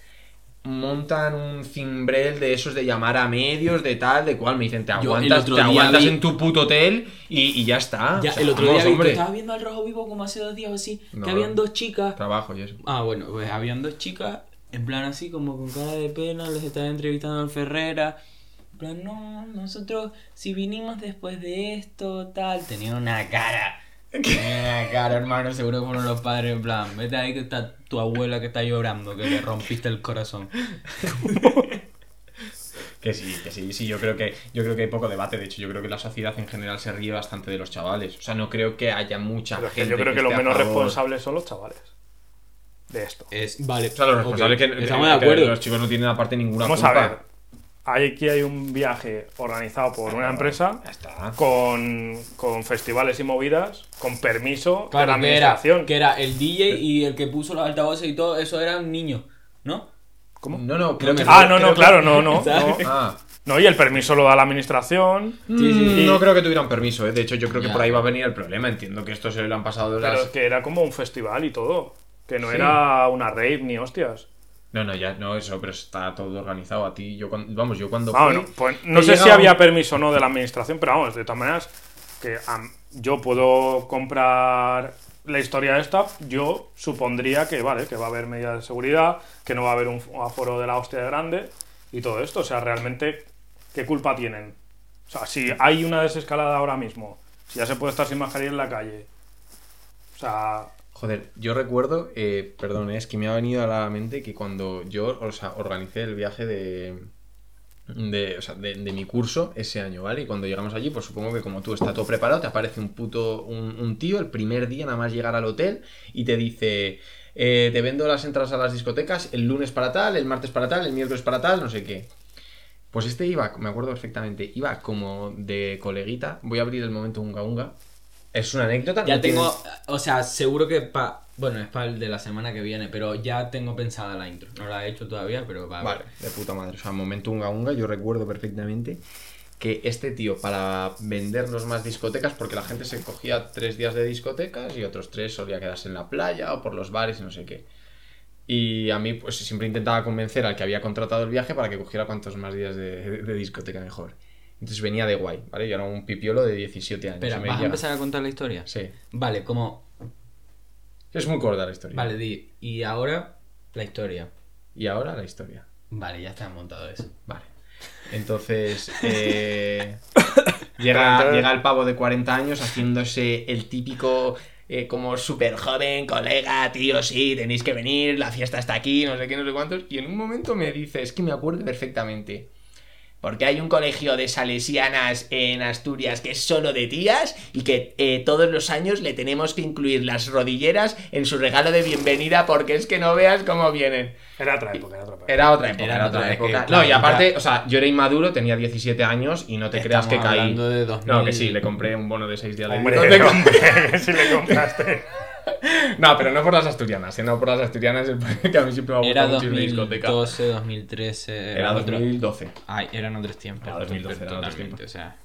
montan un cimbrel de esos de llamar a medios, de tal, de cual, me dicen, te
Yo el
aguantas,
otro
te
día
aguantas
vi-
en tu puto hotel y, y ya está.
Ya,
Ah, O sea,
el otro
vamos,
día vi-
hombre,
estaba viendo al rojo vivo como hace dos días o así,
No,
que habían
no.
dos chicas.
trabajo y eso.
Ah, bueno, pues habían dos chicas, en plan así, como con cara de pena, les estaba entrevistando al Ferrera. En plan, no, nosotros, si vinimos después de esto, tal. Tenía una cara. Tenía una cara, hermano, seguro que fueron los padres, en plan, vete ahí que está tu abuela que está llorando, que le rompiste el corazón.
Que sí, que sí, sí, yo creo que, yo creo que hay poco debate, de hecho, yo creo que la sociedad en general se ríe bastante de los chavales. O sea, no creo que haya mucha
Pero es que
gente.
yo creo que los
esté a
menos
favor.
responsables son los chavales. De esto.
Es, vale,
O sea, los responsables que,
estamos
que-
de
que
acuerdo.
los chicos no tienen aparte ninguna
Vamos
culpa.
a ver. Hay- Aquí hay un viaje organizado por una empresa
Ya está.
con, con festivales y movidas, con permiso de la
Claro, que era,
administración.
que era el DJ y el que puso los altavoces y todo, eso eran niños, ¿no?
¿Cómo?
No, no, creo que.
ah, no,
creo
no,
que-
claro, no, no.
¿Sabes?
no.
Ah.
No, y el permiso lo da la administración.
Sí, sí,
Mm,
sí.
No creo que tuvieran permiso, ¿eh? de hecho yo creo que
Ya.
por ahí va a venir el problema, entiendo que esto se lo han pasado
Pero es
las...
que era como un festival y todo. Que no era una rave ni hostias.
No, no, ya, no, eso, pero está todo organizado a ti, yo cuando... vamos, yo cuando...
Ah,
fui,
bueno, pues no
te
sé si
llegaba un-
había permiso o no de la administración, pero vamos, de todas maneras, que am, yo puedo comprar la historia esta, yo supondría que, vale, que va a haber medidas de seguridad, que no va a haber un aforo de la hostia grande y todo esto. O sea, realmente, ¿qué culpa tienen? O sea, si hay una desescalada ahora mismo, si ya se puede estar sin mascarilla en la calle, sea,
Joder, yo recuerdo, eh, perdón, es que me ha venido a la mente que cuando yo o sea, organicé el viaje de, de, o sea, de, de mi curso ese año, ¿vale? Y cuando llegamos allí, pues supongo que como tú estás todo preparado, te aparece un puto, un, un tío el primer día nada más llegar al hotel y te dice, eh, te vendo las entradas a las discotecas el lunes para tal, el martes para tal, el miércoles para tal, no sé qué. Pues este iba, me acuerdo perfectamente, iba como de coleguita, voy a abrir el momento unga unga. Es una anécdota.
Ya
no tiene-
tengo, o sea, seguro que pa... Bueno, es para el de la semana que viene, pero ya tengo pensada la intro. No la he hecho todavía, pero va.
Vale, de puta madre. O sea, momento unga unga, yo recuerdo perfectamente que este tío, para vendernos más discotecas, porque la gente se cogía tres días de discotecas y otros tres solía quedarse en la playa o por los bares y no sé qué. Y a mí, pues siempre intentaba convencer al que había contratado el viaje para que cogiera cuantos más días de, de- de discoteca mejor. Entonces venía de guay, ¿vale? Yo era un pipiolo de 17 años.
Espera,
y
¿vas
me
a
llega-
empezar a contar la historia?
Sí.
Vale, como...
Es muy corta la historia.
Vale, di. Y ahora, la historia.
Y ahora la historia.
Vale, ya está montado eso.
Vale. Entonces, eh, llega, llega el pavo de 40 años haciéndose el típico, eh, como súper joven, colega, tío, sí, tenéis que venir, la fiesta está aquí, no sé qué, no sé cuántos. Y en un momento me dice, es que me acuerdo perfectamente. Porque hay un colegio de salesianas en Asturias que es solo de tías y que eh, todos los años le tenemos que incluir las rodilleras en su regalo de bienvenida porque es que no veas cómo vienen.
era otra época, era otra época.
Era otra época.
Era
Era
otra
otra
época,
época.
claro,
No, y aparte, o sea, yo era inmaduro, tenía 17 años y no te
Estamos
creas que caí.
hablando de 2000.
No, que sí, le compré un bono de 6 días de
Hombre,
discoteca.
hombre, si le compraste.
No, pero no por las asturianas, sino por las asturianas, que a mí siempre me ha
Era
gustado mucho ir de discoteca.
2012, 2013...
Era
otro-
2012.
Ay, eran otros tiempos.
Era 2012, eran otros tiempos.
totalmente, O sea,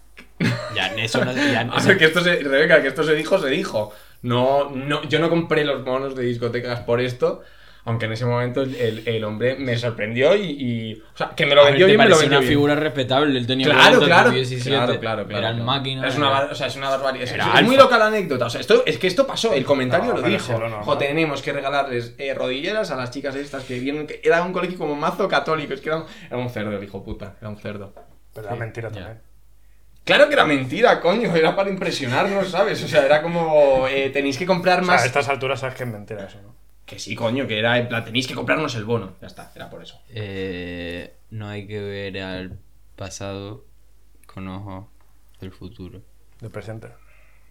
ya en eso no... Ya en
A
eso-
ver, que esto se, Rebeca, que esto se dijo, se dijo. No, no, yo no compré los bonos de discotecas por esto, aunque en ese momento el, el- el hombre me sorprendió y, y- O sea, que me lo
A ver,
vendió
te
Ah, bien, me lo
parecía
vendió
una
bien.
figura respetable, él tenía
Claro,
40,
claro,
17,
claro, claro, claro.
Era el
claro.
máquina.
Es una,
era-
bar- o sea, es una barbaridad. Es,
Era
es muy
alfa.
loca la anécdota. O sea, esto, es que esto pasó. El comentario
No,
lo
pero
dijo.
sí, lo normal.
"Jo, tenemos que regalarles eh, rodilleras a las chicas estas que vienen. Que era un colegio como mazo católico. Es que era un, era un cerdo, el hijo puta. Era un cerdo.
Pero era mentira también.
Claro que era mentira, coño. Era para impresionarnos, ¿sabes? O sea, era como. eh, tenéis que comprar
O sea,
más.
a estas alturas sabes que es mentira eso, ¿no?
Que sí, coño. Que era en plan, tenéis que comprarnos el bono. Ya está, era por eso.
Eh, no hay que ver al pasado con ojos del futuro
De presente.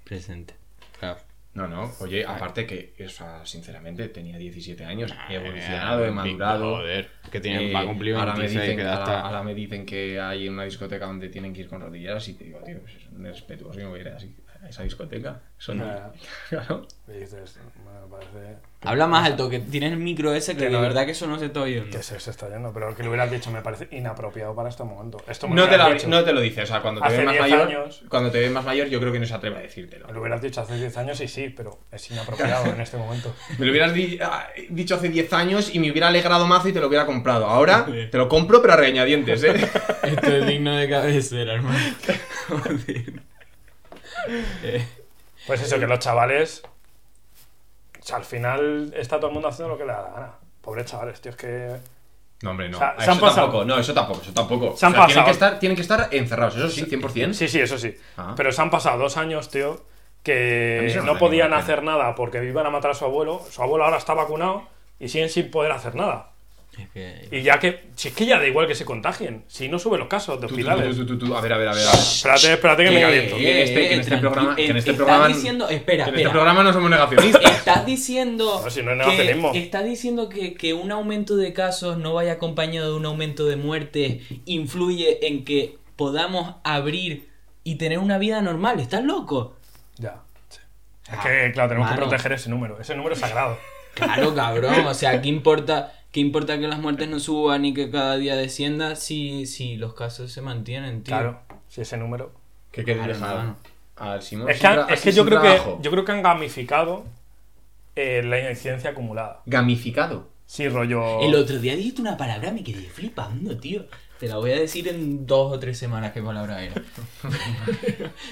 presente. Claro.
No, no, oye,
Ah.
aparte que, o sea, sinceramente, tenía 17 años, he evolucionado, he madurado.
Eh, Joder, que tiene,
Eh,
va a cumplir
ahora, me
26,
dicen,
que
ahora-
hasta...
ahora me dicen que hay una discoteca donde tienen que ir con rodilleras y te digo, tío, pues es un irrespetuoso que me voy a ir así a esa discoteca. Eso no.
Ah.
Claro.
Y dices, bueno, me parece
Habla más alto, que tienes el micro ese que
Que
la
no-
verdad que eso no se está oyendo.
que se, se está yendo, pero que lo hubieras dicho me parece inapropiado para este momento. Esto me
No,
lo
te
hubieras
lo,
dicho.
no te lo dice, o sea, cuando te
Hace
ves más
10
mayor,
años.
cuando te ves más mayor, yo creo que no se atreve a decírtelo.
Lo hubieras dicho hace 10 años y sí, pero es inapropiado en este momento.
Me lo hubieras di- ah, dicho hace 10 años y me hubiera alegrado mazo y te lo hubiera comprado. Ahora te lo compro, pero a regañadientes, ¿eh?
Esto es digno de cabecera, hermano. Joder. Eh,
Pues eso, que los chavales. O sea, al final está todo el mundo haciendo lo que le da la gana. Pobres chavales, tío, es que.
No, hombre, no.
O sea,
Ah,
se han
eso
pasado.
tampoco, no, eso tampoco, eso tampoco.
Se han
O sea, tienen
pasado.
que estar, tienen que estar encerrados, eso sí, 100%.
Sí, sí, eso sí.
Ah.
Pero se han pasado dos años,
A
tío,
mí
que
eso no me
no
da
podían
ninguna
hacer nada porque iban a matar a su abuelo. Su abuelo ahora está vacunado y siguen sin poder hacer nada.
es que...
Y ya que. Si es que ya da igual que se contagien, si no suben los casos de
Tú, tú, tú,
hospitales.
tú, tú, tú, A ver, a ver, a ver. A ver.
Espérate, espérate que me
Eh,
caliento.
Que en este- que en este
tranqui-
programa- que en este
estás
programa-
diciendo... Espera,
En este
espera.
programa no somos negacionistas.
Estás diciendo.
No, si no es negacionismo.
que, estás diciendo que, que un aumento de casos no vaya acompañado de un aumento de muertes influye en que podamos abrir y tener una vida normal. ¿Estás loco?
Ya. sí. Es que, claro, tenemos que
Mano.
proteger ese número. Ese número es sagrado.
Claro, cabrón. O sea, ¿qué importa, qué importa que las muertes no suban y que cada día descienda si, si los casos se mantienen, tío?
Claro. Si ese número.
¿Qué queréis
Claro,
dejar?
hermano.
Al Simón
Es que,
sin
han-
tra-
es que
sin
yo creo que
trabajo.
yo creo que han gamificado eh, la incidencia acumulada.
Gamificado.
Sí, rollo.
El otro día dijiste una palabra, me quedé flipando, tío. Te la voy a decir en dos o tres semanas qué palabra era.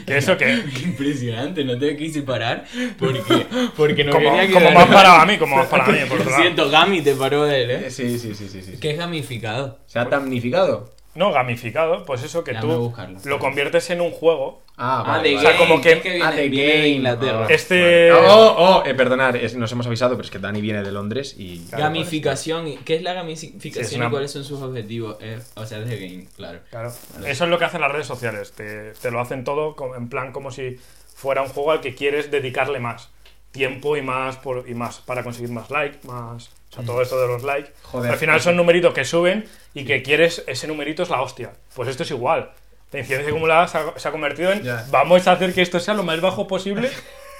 Que eso que.
Qué impresionante, no te quise parar porque, porque no
Como,
quería que...
como me has parado a mí, como me has parado a mí, por
Lo
otro lado.
siento, Gami te paró él, ¿eh?
Sí, sí, sí, sí, sí.
Que es gamificado.
¿Se ha damnificado?
No, gamificado, pues eso que
Ya voy a
tú
buscarlo.
lo conviertes en un juego.
Ah,
Ah,
vale,
de
vale.
sea, como que-
Ah, de Game.
Inglaterra.
Ah,
Este-
vale. Oh, oh, eh, perdonad, es- nos hemos avisado, pero es que Dani viene de Londres y.
Claro,
gamificación. ¿Qué es la
Sí,
gamificación
es una-
y cuáles son sus objetivos? Eh, o sea, es de game, claro.
Claro. Eso es lo que hacen las redes sociales. Te, te lo hacen todo co- en plan como si fuera un juego al que quieres dedicarle más tiempo y más por- y más para conseguir más likes, más. O sea, todo esto de los likes.
Joder.
Al final son numeritos que suben y que quieres, ese numerito es la hostia. Pues esto es igual. La incidencia acumulada se ha, se ha convertido en
Ya.
vamos a hacer que esto sea lo más bajo posible,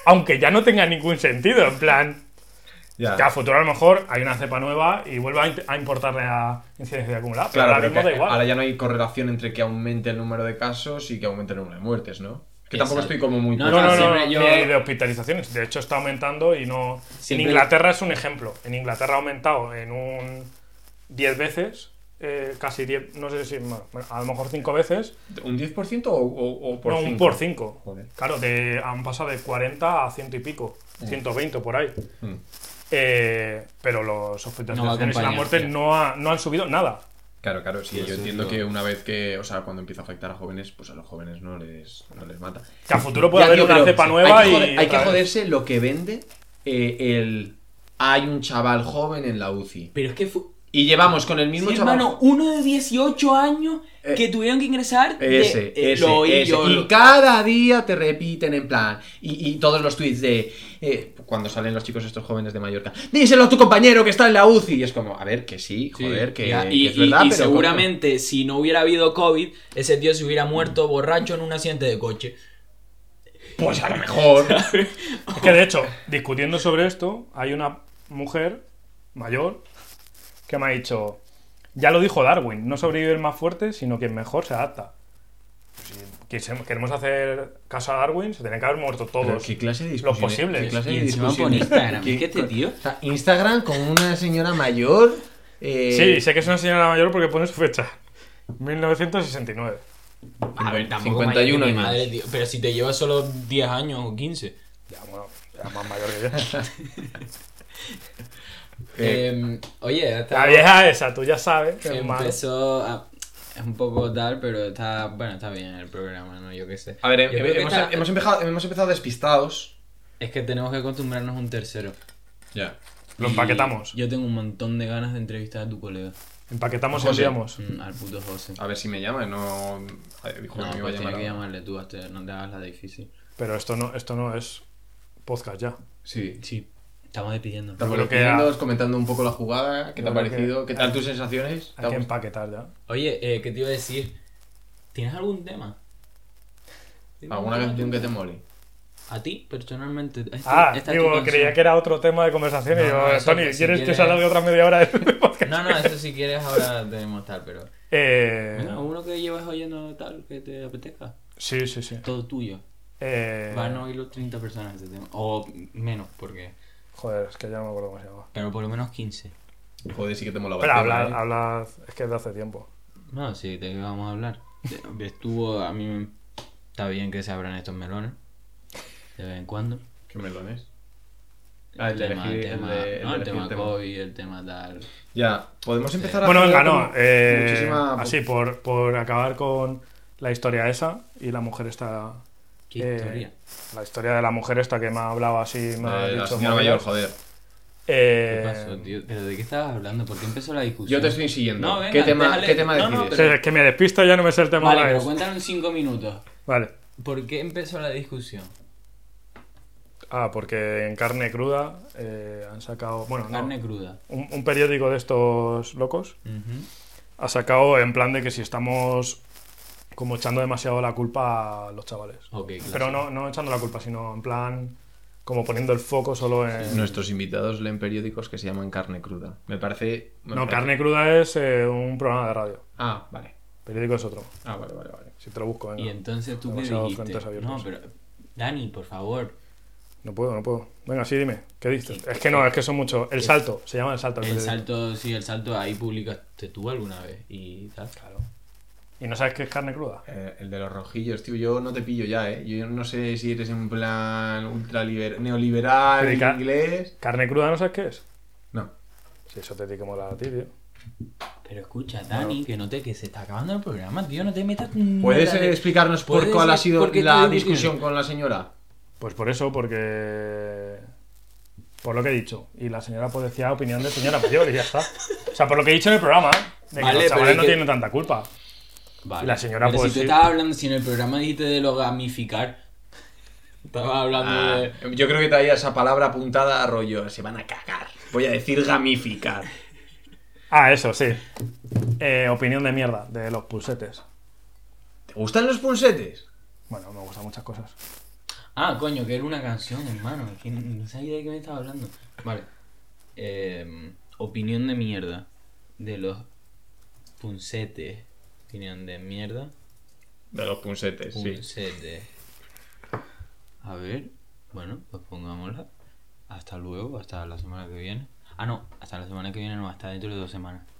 aunque ya no tenga ningún sentido. En plan,
Ya.
que a futuro a lo mejor hay una cepa nueva y vuelve a, int- a importarle a incidencia acumulada. Pero
Claro,
ahora
pero
mismo
que
da igual.
ahora ya no hay correlación entre que aumente el número de casos y que aumente el número de muertes, ¿no? Que tampoco
Exacto.
estoy como muy.
No,
No, no, no,
siempre yo-
ni de hospitalizaciones. De hecho, está aumentando y no.
Siempre-
En Inglaterra es un ejemplo. En Inglaterra ha aumentado en un 10 veces, eh, casi 10, no sé si más, bueno, a lo mejor 5 veces,
¿Un 10% o, o, o por
no, un
cinco?
por 5.
Joder.
Claro, de, han pasado de 40 a 100 y pico, 120 por ahí.
Mm.
Eh, pero los
No va a
hospitalizaciones y la
acompañar,
muerte
tío.
no, ha- no han subido nada.
Claro, claro, sí,
Pues
yo
sí,
entiendo
no.
que una vez que, o sea, cuando empieza a afectar a jóvenes, pues a los jóvenes no les, no les mata.
Que a futuro puede
Ya,
haber
tío,
una
pero
cepa nueva
hay que, joder- hay
y.
que
otra vez.
joderse lo que vende eh, el... Hay un chaval joven en la UCI.
Pero es que fue.
Y llevamos con el
Sí,
mismo chaval...
hermano, uno de 18 años que tuvieron que ingresar. de-
Ese,
eh,
ese,
lo oí
ese.
yo,
Y
lo-
cada día te repiten en plan. Y, y todos los tweets de. eh, cuando salen los chicos estos jóvenes de Mallorca. Díselo a tu compañero que está en la UCI. Y es como, a ver, que sí,
Sí,
joder, que,
ya,
que
y,
es
y-
verdad.
y
pero
seguramente si no hubiera habido COVID, ese tío se hubiera muerto borracho en un accidente de coche.
coño, pues a lo mejor.
Es que de hecho, discutiendo sobre esto, hay una mujer mayor que me ha dicho, ya lo dijo Darwin, no sobrevive el más fuerte, sino quien mejor se adapta. Si quise- queremos hacer caso a Darwin, se tienen que haber muerto
Pero
todos.
¿Qué clase de
Los
discusión? ¿Qué
posibles.
clase
Y
de
encima
discusión?
por Instagram,
¿Qué-
es que este tío-
O sea, Instagram con una señora mayor. eh,
Sí, sé que es una señora mayor porque pone su fecha. 1969.
A ver, tampoco
51
mayor que mi
años.
madre, tío. Pero si te lleva solo 10 años o 15.
Ya, bueno, ya más mayor que yo.
Eh,
Em, oye, hasta
La vieja esa, tú ya sabes que es malo.
empezó a- Es un poco tal, pero está... Bueno, está bien el programa, ¿no? Yo qué sé.
A ver,
Yo
eh,
creo que
hemos,
está-
hemos empezado, hemos empezado despistados.
Es que tenemos que acostumbrarnos a un tercero.
Ya.
Lo
Y
empaquetamos.
Yo tengo un montón de ganas de entrevistar a tu colega.
Empaquetamos y
José.
enviamos.
Mm, al puto José.
A ver si me llama, no. a ver, dijo que
No,
Ah, me iba a llamar
pues tienes que
ahora.
llamarle tú, hazte- no te hagas la difícil.
Pero esto no, esto no es podcast ya.
Sí.
Sí, estamos despidiendo.
Estamos
creo que
despidiendo,
a-
comentando un poco la jugada, qué te
Yo
ha
creo que-
parecido, qué tal tus sensaciones. ¿Te
Hay
ha
que
gustado?
empaquetar ya.
Oye, eh, ¿qué te iba a decir? ¿Tienes algún tema? ¿Tienes
¿Alguna
algún
canción
tema
que te mole?
A ti, personalmente. Esta-
Ah,
esta es tu
digo,
canción.
creía que era otro tema de conversación
este No,
y yo,
no, eso
Tony,
que si
¿quieres que
quieres-
se alargue otra media hora? del podcast?
No, no, eso si quieres ahora tenemos tal, pero.
Eh,
Bueno, uh. uno que llevas oyendo tal que te apetezca.
sí, sí, sí.
Todo tuyo.
Eh,
Van a oírlo 30 personas ese tema. O menos, porque.
Joder, es que ya no me acuerdo cómo se llama.
Pero por lo menos 15.
Joder, sí que te mola
Pero
bastante,
hablad,
¿eh?
hablad, es que es de hace tiempo.
No, sí, de qué vamos a hablar. De- Estuvo, a mí me- está bien que se abran estos melones. De vez en cuando.
Qué melones.
El
Ah, el de
tema, el
elegir- el
tema,
de- el
no,
de
el
elegir
tema
el tema.
COVID, el tema tal.
Ya, podemos empezar a.
Bueno,
hacer
venga, no.
como
eh,
muchísima-
Así, por, por acabar con la historia esa y la mujer esta...
¿Qué
eh,
historia?
La historia de la mujer esta que me ha hablado así, me ha
Eh, la
dicho...
señora
movidas.
mayor, joder.
Eh,
¿Qué pasó, tío? ¿Pero de qué estabas hablando? ¿Por qué empezó la discusión?
Yo te estoy siguiendo.
No, venga,
¿Qué tema,
déjale-
¿qué tema
no, no,
decides?
pero-
sí, Es que me despisto ya no me sé el tema.
Vale,
ahora
pero
es-
cuéntanos en 5 minutos.
vale.
¿Por qué empezó la discusión?
Ah, porque en carne cruda eh, han sacado. Bueno, no,
Carne cruda.
un, un periódico de estos locos
Ujú.
ha sacado en plan de que si estamos como echando demasiado la culpa a los chavales.
Ok, Ah, claro.
Pero no, no echando la culpa, sino en plan como poniendo el foco solo en.
Nuestros invitados leen periódicos que se llaman Carne Cruda. Me parece. me
No,
parece-
carne cruda es eh, un programa de radio.
Ah, vale.
Periódico es otro.
Ah, vale, vale, vale.
Si te lo busco, venga.
Y entonces tú qué
Demasiado
dijiste.
frentes abiertos.
No, pero. Dani, por favor.
No puedo, no puedo. Venga, sí, dime. ¿Qué dices?
Sí.
Es que no, es que son muchos. El salto, se llama el salto.
El
periódico.
salto, sí, el salto ahí publicaste tú alguna vez y tal.
Claro. ¿Y no sabes qué es carne cruda?
Eh, el de los rojillos, tío, yo no te pillo ya, ¿eh? Yo no sé si eres en plan ultra neoliberal,
Predica-
inglés.
¿Carne cruda no sabes qué es?
No.
Si eso te tiene que molar a ti, tío.
Pero escucha, Dani, que no te que se está acabando el programa, tío, no te metas con
¿Puedes
nada
eh,
de-
explicarnos por
Mm, ¿Puedes
cuál ha sido
por qué
la
te discutí?
discusión con la señora?
Pues por eso, porque. Por lo que he dicho. Y la señora pues decía opinión de señora mayor y ya está. O sea, por lo que he dicho en el programa, ¿eh? de que
Vale,
los
pero
chavales
es
no
que-
tienen tanta culpa.
Vale.
La señora
Pero
puede
si tú
decir-
estabas hablando, si en el programa dijiste de lo gamificar, estabas hablando de...
Ah, yo creo que traía esa palabra apuntada a rollo. Se van a cagar. Voy a decir gamificar.
Ah, eso, sí. Eh, opinión de mierda, de los pulsetes.
¿Te gustan los punsetes?
Bueno, me gustan muchas cosas.
Ah, coño, que era una canción, hermano. es que no- no sabía de qué me estaba hablando. Vale. Eh, opinión de mierda. De los puncetes. Opinión de mierda.
De los punsetes,
Puncetes. A ver. Bueno, pues pongámosla. Hasta luego, hasta la semana que viene. Ah, no, hasta la semana que viene no, hasta dentro de dos semanas.